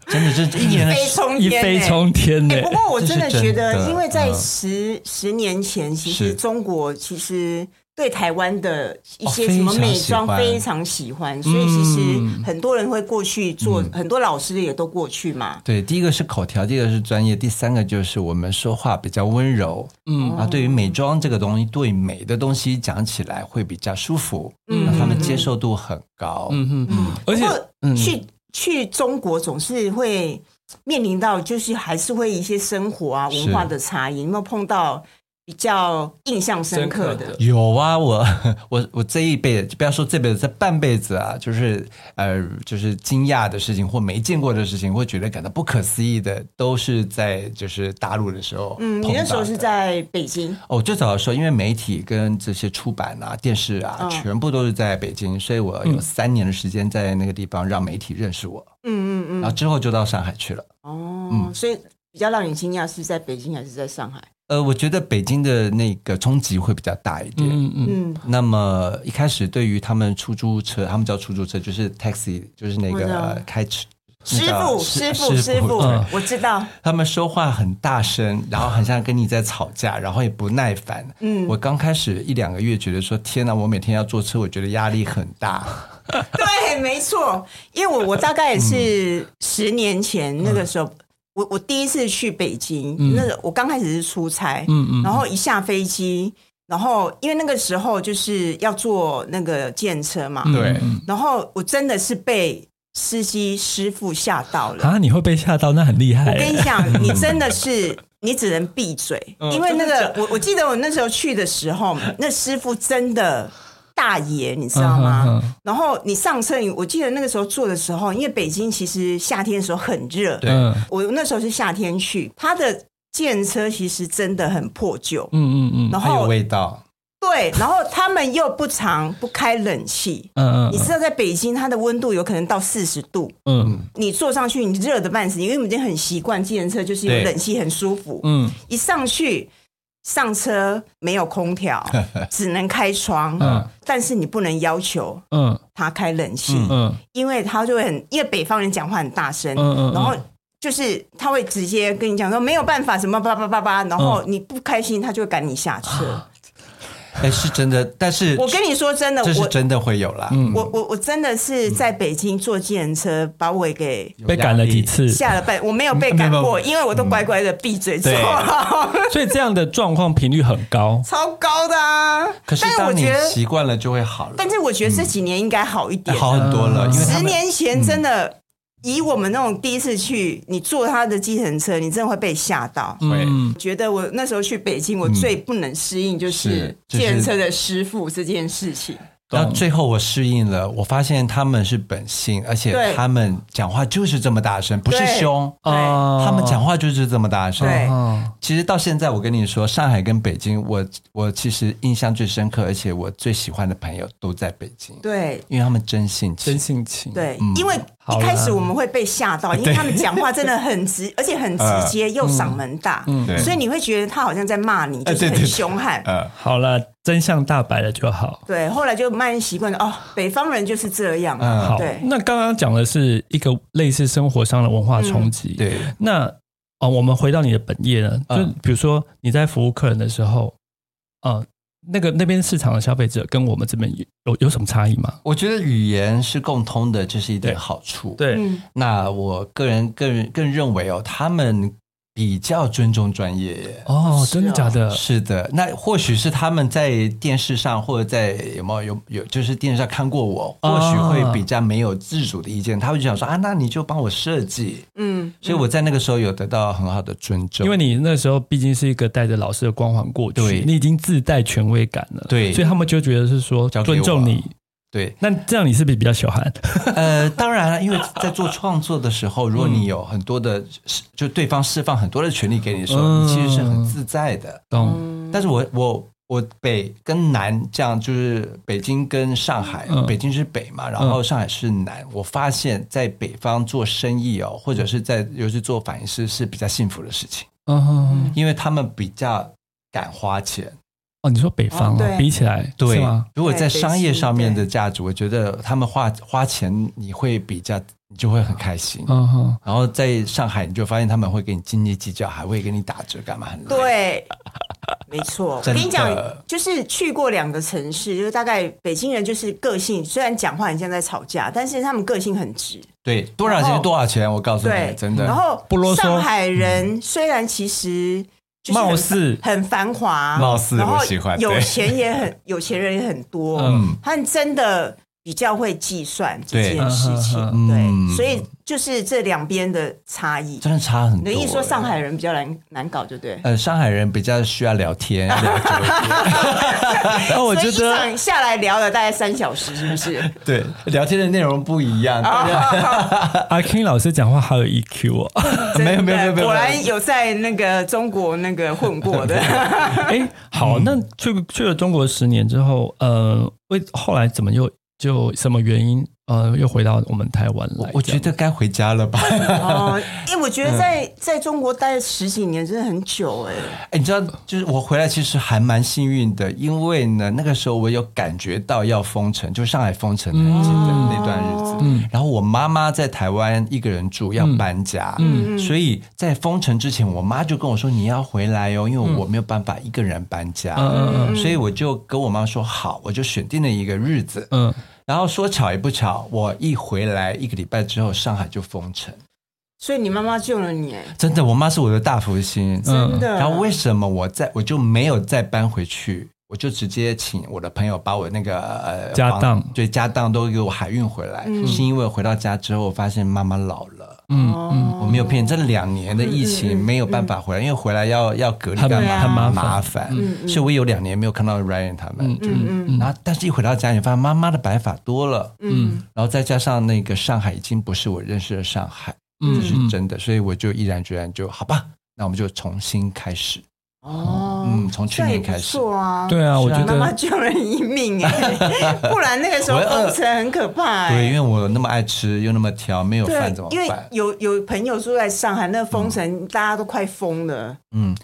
[SPEAKER 1] 真的是一年 的
[SPEAKER 2] 飞冲
[SPEAKER 3] 哎一
[SPEAKER 2] 天、
[SPEAKER 3] 飞冲天呢、
[SPEAKER 2] 哎、 不过我真的
[SPEAKER 1] 这
[SPEAKER 2] 觉
[SPEAKER 1] 是真
[SPEAKER 2] 得，
[SPEAKER 1] 的
[SPEAKER 2] 因为在
[SPEAKER 1] 嗯
[SPEAKER 2] 十、十年前，其实
[SPEAKER 1] 是
[SPEAKER 2] 中国其实对台湾的一
[SPEAKER 1] 哦
[SPEAKER 2] 些
[SPEAKER 1] 非
[SPEAKER 2] 什么
[SPEAKER 1] 常
[SPEAKER 2] 美
[SPEAKER 1] 喜
[SPEAKER 2] 妆
[SPEAKER 1] 欢嗯
[SPEAKER 2] 非常喜欢，所以其实很多人会过去做，很多老师也都过去嘛。
[SPEAKER 1] 对，第一个是口条，第二个是专业，第三个就是我们说话比较温柔，嗯，
[SPEAKER 2] 哦
[SPEAKER 1] 啊，对于美妆这个东西，对美的东西讲起来会比较舒服，嗯，他们接受度很高，嗯，
[SPEAKER 3] 嗯嗯，而且
[SPEAKER 2] 不过去、去中国总是会面临到，就是还是会一些生活啊文化的差异。你有没有碰到比较印象深刻的？
[SPEAKER 1] 有啊，我我我这一辈子，不要说这辈子，这半辈子啊，就是呃，就是惊讶的事情或没见过的事情，或觉得感到不可思议的，都是在就是大陆的时候碰
[SPEAKER 2] 嗯，
[SPEAKER 1] 到的。
[SPEAKER 2] 你那时候是在北京，
[SPEAKER 1] 哦，最早的时候，因为媒体跟这些出版啊、电视啊，
[SPEAKER 2] 嗯
[SPEAKER 1] 全部都是在北京，所以我有三年的时间在那个地方让媒体认识我，
[SPEAKER 2] 嗯嗯
[SPEAKER 1] 然后
[SPEAKER 2] 嗯，
[SPEAKER 1] 之后就到上海去了。
[SPEAKER 2] 哦，
[SPEAKER 1] 啊嗯
[SPEAKER 2] 所以比较让你惊讶是在北京还是在上海？
[SPEAKER 1] 呃，我觉得北京的那个冲击会比较大一点。
[SPEAKER 3] 嗯嗯
[SPEAKER 2] 嗯，
[SPEAKER 1] 那么一开始对于他们出租车，他们叫出租车，就是 taxi，就是那
[SPEAKER 2] 我知
[SPEAKER 1] 个
[SPEAKER 2] 道
[SPEAKER 1] 呃开车。
[SPEAKER 2] 师
[SPEAKER 1] 那叫
[SPEAKER 2] 傅，师傅，
[SPEAKER 1] 师
[SPEAKER 2] 师傅
[SPEAKER 1] 对
[SPEAKER 3] 嗯，
[SPEAKER 2] 我知道，
[SPEAKER 1] 他们说话很大声，然后很像跟你在吵架，然后也不耐烦。
[SPEAKER 2] 嗯
[SPEAKER 1] 我刚开始一两个月觉得说，天哪，我每天要坐车，我觉得压力很大。
[SPEAKER 2] 对，没错，因为我我大概也
[SPEAKER 3] 嗯
[SPEAKER 2] 是十年前那个时候，我我第一次去北京，
[SPEAKER 3] 嗯
[SPEAKER 2] 那个我刚开始是出差，
[SPEAKER 3] 嗯嗯，
[SPEAKER 2] 然后一下飞机，然后因为那个时候就是要坐那个电车嘛，
[SPEAKER 3] 嗯
[SPEAKER 1] 对
[SPEAKER 3] 嗯
[SPEAKER 2] 然后我真的是被司机师傅吓到了。
[SPEAKER 3] 啊，你会被吓到，那很厉害
[SPEAKER 2] 我跟你
[SPEAKER 3] 欸。
[SPEAKER 2] 讲，你真的是 你只能闭嘴，
[SPEAKER 1] 嗯
[SPEAKER 2] 因为那
[SPEAKER 1] 真的
[SPEAKER 2] 个我我记得我那时候去的时候，那师傅真的大爷，你知道吗？
[SPEAKER 3] 嗯嗯嗯
[SPEAKER 2] 然后你上车，我记得那个时候坐的时候，因为北京其实夏天的时候很热，
[SPEAKER 1] 对
[SPEAKER 3] 嗯
[SPEAKER 2] 我那时候是夏天去，它的电车其实真的很破旧，
[SPEAKER 3] 嗯嗯嗯
[SPEAKER 2] 然
[SPEAKER 1] 还有
[SPEAKER 2] 后
[SPEAKER 1] 味道，
[SPEAKER 2] 对，然后他们又不常不开冷气。
[SPEAKER 3] 嗯嗯，
[SPEAKER 2] 你知道，在北京，它的温度有可能到四十度，
[SPEAKER 3] 嗯
[SPEAKER 2] 你坐上去，你热的半死，因为我们已经很习惯计程车，就是有
[SPEAKER 1] 对
[SPEAKER 2] 冷气，很舒服。
[SPEAKER 3] 嗯
[SPEAKER 2] 一上去上车没有空调，只能开窗，
[SPEAKER 3] 嗯
[SPEAKER 2] 但是你不能要求
[SPEAKER 3] 嗯
[SPEAKER 2] 他开冷气，
[SPEAKER 1] 嗯
[SPEAKER 3] 嗯
[SPEAKER 2] 因为他就会很，因为北方人讲话很大声，
[SPEAKER 3] 嗯嗯，
[SPEAKER 2] 然后。就是他会直接跟你讲说没有办法什么叭叭叭叭，然后你不开心他就会赶你下车。
[SPEAKER 1] 哎，是真的，但是
[SPEAKER 2] 我跟你说真的，
[SPEAKER 1] 这是
[SPEAKER 2] 我
[SPEAKER 1] 真的会有啦，
[SPEAKER 3] 嗯
[SPEAKER 2] 我我我真的是在北京坐计程车，把我给
[SPEAKER 1] 有
[SPEAKER 3] 被
[SPEAKER 1] 压
[SPEAKER 3] 赶了
[SPEAKER 1] 力
[SPEAKER 3] 几次，
[SPEAKER 2] 吓了半，我没有 被
[SPEAKER 1] 没有
[SPEAKER 2] 赶
[SPEAKER 1] 没有
[SPEAKER 2] 过，因为我都乖乖的闭嘴坐，
[SPEAKER 1] 对
[SPEAKER 3] 所以这样的状况频率很高。
[SPEAKER 2] 超高的啊。
[SPEAKER 1] 可是
[SPEAKER 2] 但我
[SPEAKER 1] 当你
[SPEAKER 2] 觉得
[SPEAKER 1] 习惯了就会好了，
[SPEAKER 2] 但嗯是我觉得这几年应该好一点。
[SPEAKER 1] 好很多了，因为他们
[SPEAKER 2] 十
[SPEAKER 1] 嗯
[SPEAKER 2] 年前真的，以我们那种第一次去，你坐他的计程车，你真的会被吓到。
[SPEAKER 1] 会
[SPEAKER 3] 嗯
[SPEAKER 2] 觉得我那时候去北京，我最不能适应就是
[SPEAKER 1] 嗯是就
[SPEAKER 2] 计
[SPEAKER 1] 是
[SPEAKER 2] 程车的师傅这件事情。
[SPEAKER 1] 到
[SPEAKER 3] 懂
[SPEAKER 1] 最后我适应了，我发现他们是本性，而且
[SPEAKER 2] 对
[SPEAKER 1] 他们讲话就是这么大声，不是
[SPEAKER 2] 对哦
[SPEAKER 1] 凶，
[SPEAKER 3] 啊，
[SPEAKER 1] 他们讲话就是这么大声。嗯
[SPEAKER 2] 对
[SPEAKER 3] 哦
[SPEAKER 1] 其实到现在，我跟你说，上海跟北京，我我其实印象最深刻，而且我最喜欢的朋友都在北京，
[SPEAKER 2] 对
[SPEAKER 1] 因为他们真性情
[SPEAKER 3] 真。性情，
[SPEAKER 2] 对
[SPEAKER 1] 嗯，
[SPEAKER 2] 因为
[SPEAKER 3] 好
[SPEAKER 2] 一
[SPEAKER 3] 啦
[SPEAKER 2] 开始我们会被吓 到，因为他们讲话真的很直，而且很直接，又嗓门大，
[SPEAKER 1] 嗯对
[SPEAKER 2] 所以你会觉得他好像在骂你，
[SPEAKER 1] 哎
[SPEAKER 2] 就是
[SPEAKER 1] 对对
[SPEAKER 2] 很
[SPEAKER 1] 对
[SPEAKER 2] 凶悍。
[SPEAKER 1] 呃，
[SPEAKER 3] 好了，真相大白了就好。
[SPEAKER 2] 对，后来就慢慢习惯了。哦，北方人就是这样啊。
[SPEAKER 1] 嗯
[SPEAKER 3] 好
[SPEAKER 2] 对，
[SPEAKER 3] 那刚刚讲的是一个类似生活上的文化冲击。，
[SPEAKER 1] 对，
[SPEAKER 3] 那哦，我们回到你的本业呢，就
[SPEAKER 1] 嗯
[SPEAKER 3] 比如说你在服务客人的时候，啊，那个那边市场的消费者跟我们这边有有有什么差异吗？
[SPEAKER 1] 我觉得语言是共通的，这是一点
[SPEAKER 3] 对
[SPEAKER 1] 好处。
[SPEAKER 3] 对，
[SPEAKER 2] 嗯，
[SPEAKER 1] 那我个人更更认为哦，他们比较尊重专业耶。
[SPEAKER 3] 哦，
[SPEAKER 2] 是
[SPEAKER 3] 真的
[SPEAKER 2] 哦
[SPEAKER 3] 假的？
[SPEAKER 1] 是的，那或许是他们在电视上或者在有没有有有就是电视上看过我，
[SPEAKER 3] 啊
[SPEAKER 1] 或许会比较没有自主的意见，他会就想说啊，那你就帮我设计。
[SPEAKER 2] 嗯，
[SPEAKER 1] 所以我在那个时候有得到很好的尊重，
[SPEAKER 3] 因为你那时候毕竟是一个带着老师的光环过去
[SPEAKER 1] 对，
[SPEAKER 3] 你已经自带权威感了，
[SPEAKER 1] 对
[SPEAKER 3] 所以他们就觉得是说
[SPEAKER 1] 交给
[SPEAKER 3] 尊重
[SPEAKER 1] 我啊
[SPEAKER 3] 你。
[SPEAKER 1] 对
[SPEAKER 3] 那这样你是不是比较小寒？
[SPEAKER 1] 呃，当然了，因为在做创作的时候，如果
[SPEAKER 3] 嗯
[SPEAKER 1] 你有很多的，就对方释放很多的权利给你的时候，
[SPEAKER 3] 嗯
[SPEAKER 1] 你其实是很自在的。
[SPEAKER 2] 嗯
[SPEAKER 3] 懂？
[SPEAKER 1] 但是我我我北跟南这样，就是北京跟上海，
[SPEAKER 3] 嗯
[SPEAKER 1] 北京是北嘛，然后上海是南。我发现，在北方做生意哦，或者是在尤其做反应师是比较幸福的事情，
[SPEAKER 3] 嗯，
[SPEAKER 1] 因为他们比较敢花钱。
[SPEAKER 3] 哦，你说北方
[SPEAKER 2] 哦
[SPEAKER 3] 哦
[SPEAKER 2] 对，
[SPEAKER 3] 比起来是
[SPEAKER 1] 对
[SPEAKER 3] 吗？，
[SPEAKER 1] 如果
[SPEAKER 2] 对
[SPEAKER 1] 在
[SPEAKER 2] 北
[SPEAKER 1] 商业
[SPEAKER 2] 京
[SPEAKER 1] 上面
[SPEAKER 2] 对
[SPEAKER 1] 的价值，我觉得他们花花钱，你会比较，你就会很开心。
[SPEAKER 3] 嗯哼，
[SPEAKER 1] 然后在上海，你就发现他们会给你斤斤计较，还会给你打折，干嘛很累。
[SPEAKER 2] 对，没错。我
[SPEAKER 1] 真
[SPEAKER 2] 跟
[SPEAKER 1] 的
[SPEAKER 2] 你讲，就是去过两个城市，就是大概北京人就是个性，虽然讲话很像在吵架，但是他们个性很直。
[SPEAKER 1] 对，多少
[SPEAKER 2] 然
[SPEAKER 1] 钱
[SPEAKER 2] 后
[SPEAKER 1] 多少钱，我告诉
[SPEAKER 2] 对
[SPEAKER 1] 你，，真的。
[SPEAKER 2] 然后
[SPEAKER 3] 不啰嗦
[SPEAKER 2] 上海
[SPEAKER 1] 嗯
[SPEAKER 2] 人虽然其实就是很
[SPEAKER 3] 貌似
[SPEAKER 2] 很繁华，
[SPEAKER 1] 貌似
[SPEAKER 2] 然后
[SPEAKER 1] 我喜欢对
[SPEAKER 2] 有钱 也很有钱人也很多，
[SPEAKER 1] 嗯
[SPEAKER 2] 他们真的比较会计算这
[SPEAKER 1] 对
[SPEAKER 2] 件事情
[SPEAKER 3] 嗯哼，
[SPEAKER 1] 哼
[SPEAKER 2] 对，
[SPEAKER 1] 嗯
[SPEAKER 2] 所以就是这两边的差异。
[SPEAKER 1] 真的差很
[SPEAKER 2] 你
[SPEAKER 1] 多。
[SPEAKER 2] 的意思说上海人比较难难搞，对不对？
[SPEAKER 1] 呃，上海人比较需要聊 天，要聊久一点
[SPEAKER 3] 然
[SPEAKER 1] 哦
[SPEAKER 3] 后我觉
[SPEAKER 2] 所以一
[SPEAKER 3] 得
[SPEAKER 2] 场下来聊了大概三小时，是不是？
[SPEAKER 1] 对聊天的内容不一样。大家
[SPEAKER 3] 阿 King 老师讲话好有
[SPEAKER 1] E
[SPEAKER 3] EQ 哦。
[SPEAKER 1] 没有没有没有没
[SPEAKER 2] 真的
[SPEAKER 1] 有，
[SPEAKER 2] 果然有在那个中国那个混过的。
[SPEAKER 3] 哎，
[SPEAKER 1] 嗯
[SPEAKER 3] 好，那去去了中国十年之后，呃，为后来怎么又就什么原因，呃，又回到我们台湾
[SPEAKER 1] 我
[SPEAKER 3] 来？
[SPEAKER 1] 我觉得该回家了吧。 嗯
[SPEAKER 2] 哦，哎，我觉得在在中国待了十几年真的很久哎、
[SPEAKER 1] 哎，你知道，就是我回来其实还蛮幸运的，因为呢，那个时候我有感觉到要封城，就上海封城的记得那段日子。嗯，然后我妈妈在台湾一个人住，要搬家，嗯，所以在封城之前，我妈就跟我说你要回来哦，因为我没有办法一个人搬家，
[SPEAKER 3] 嗯
[SPEAKER 1] 所以我就跟我妈说好，我就选定了一个日子。
[SPEAKER 3] 嗯，
[SPEAKER 1] 然后说巧也不巧，我一回来一个礼拜之后，上海就封城。
[SPEAKER 2] 所以你妈妈救了你、哎
[SPEAKER 1] 真的，我妈是我的大福星，
[SPEAKER 3] 嗯
[SPEAKER 2] 真的。
[SPEAKER 1] 然后为什么我在我就没有再搬回去？我就直接请我的朋友把我那个呃
[SPEAKER 3] 家
[SPEAKER 1] 房
[SPEAKER 3] 当
[SPEAKER 1] 对家当都给我海运回来，
[SPEAKER 2] 嗯
[SPEAKER 1] 是因为回到家之后发现妈妈老了，
[SPEAKER 3] 嗯
[SPEAKER 2] 哦
[SPEAKER 1] 我没有骗你，这两年的疫
[SPEAKER 2] 嗯
[SPEAKER 1] 情
[SPEAKER 3] 哦
[SPEAKER 2] 嗯嗯
[SPEAKER 1] 没有办法回来，因为回来要要隔离
[SPEAKER 3] 很
[SPEAKER 1] 干嘛
[SPEAKER 2] 很麻
[SPEAKER 1] 很啊
[SPEAKER 3] 烦
[SPEAKER 1] 麻烦，
[SPEAKER 2] 嗯
[SPEAKER 1] 所以我有两年没有看到 Ryan 他们，
[SPEAKER 3] 嗯嗯嗯，
[SPEAKER 1] 然后但是一回到家，你发现妈妈的白发多了，
[SPEAKER 2] 嗯，
[SPEAKER 1] 然后再加上那个上海已经不是我认识的上海，
[SPEAKER 2] 嗯
[SPEAKER 3] 嗯
[SPEAKER 1] 这是真的，所以我就毅然决然就好吧，那我们就重新开始。
[SPEAKER 2] 哦，
[SPEAKER 1] 嗯从去年开始
[SPEAKER 2] 这样也不错啊，
[SPEAKER 3] 对啊，我觉
[SPEAKER 2] 妈妈
[SPEAKER 3] 得
[SPEAKER 2] 救了你一命哎、 不然那个时候
[SPEAKER 1] 我饿
[SPEAKER 2] 封城很可怕、哎
[SPEAKER 1] 对，因为我那么爱吃又那么挑，没有
[SPEAKER 2] 对
[SPEAKER 1] 饭怎么，
[SPEAKER 2] 因为
[SPEAKER 1] 办？
[SPEAKER 2] 有有朋友住在上海，那封城、大家都快疯了。
[SPEAKER 1] 嗯，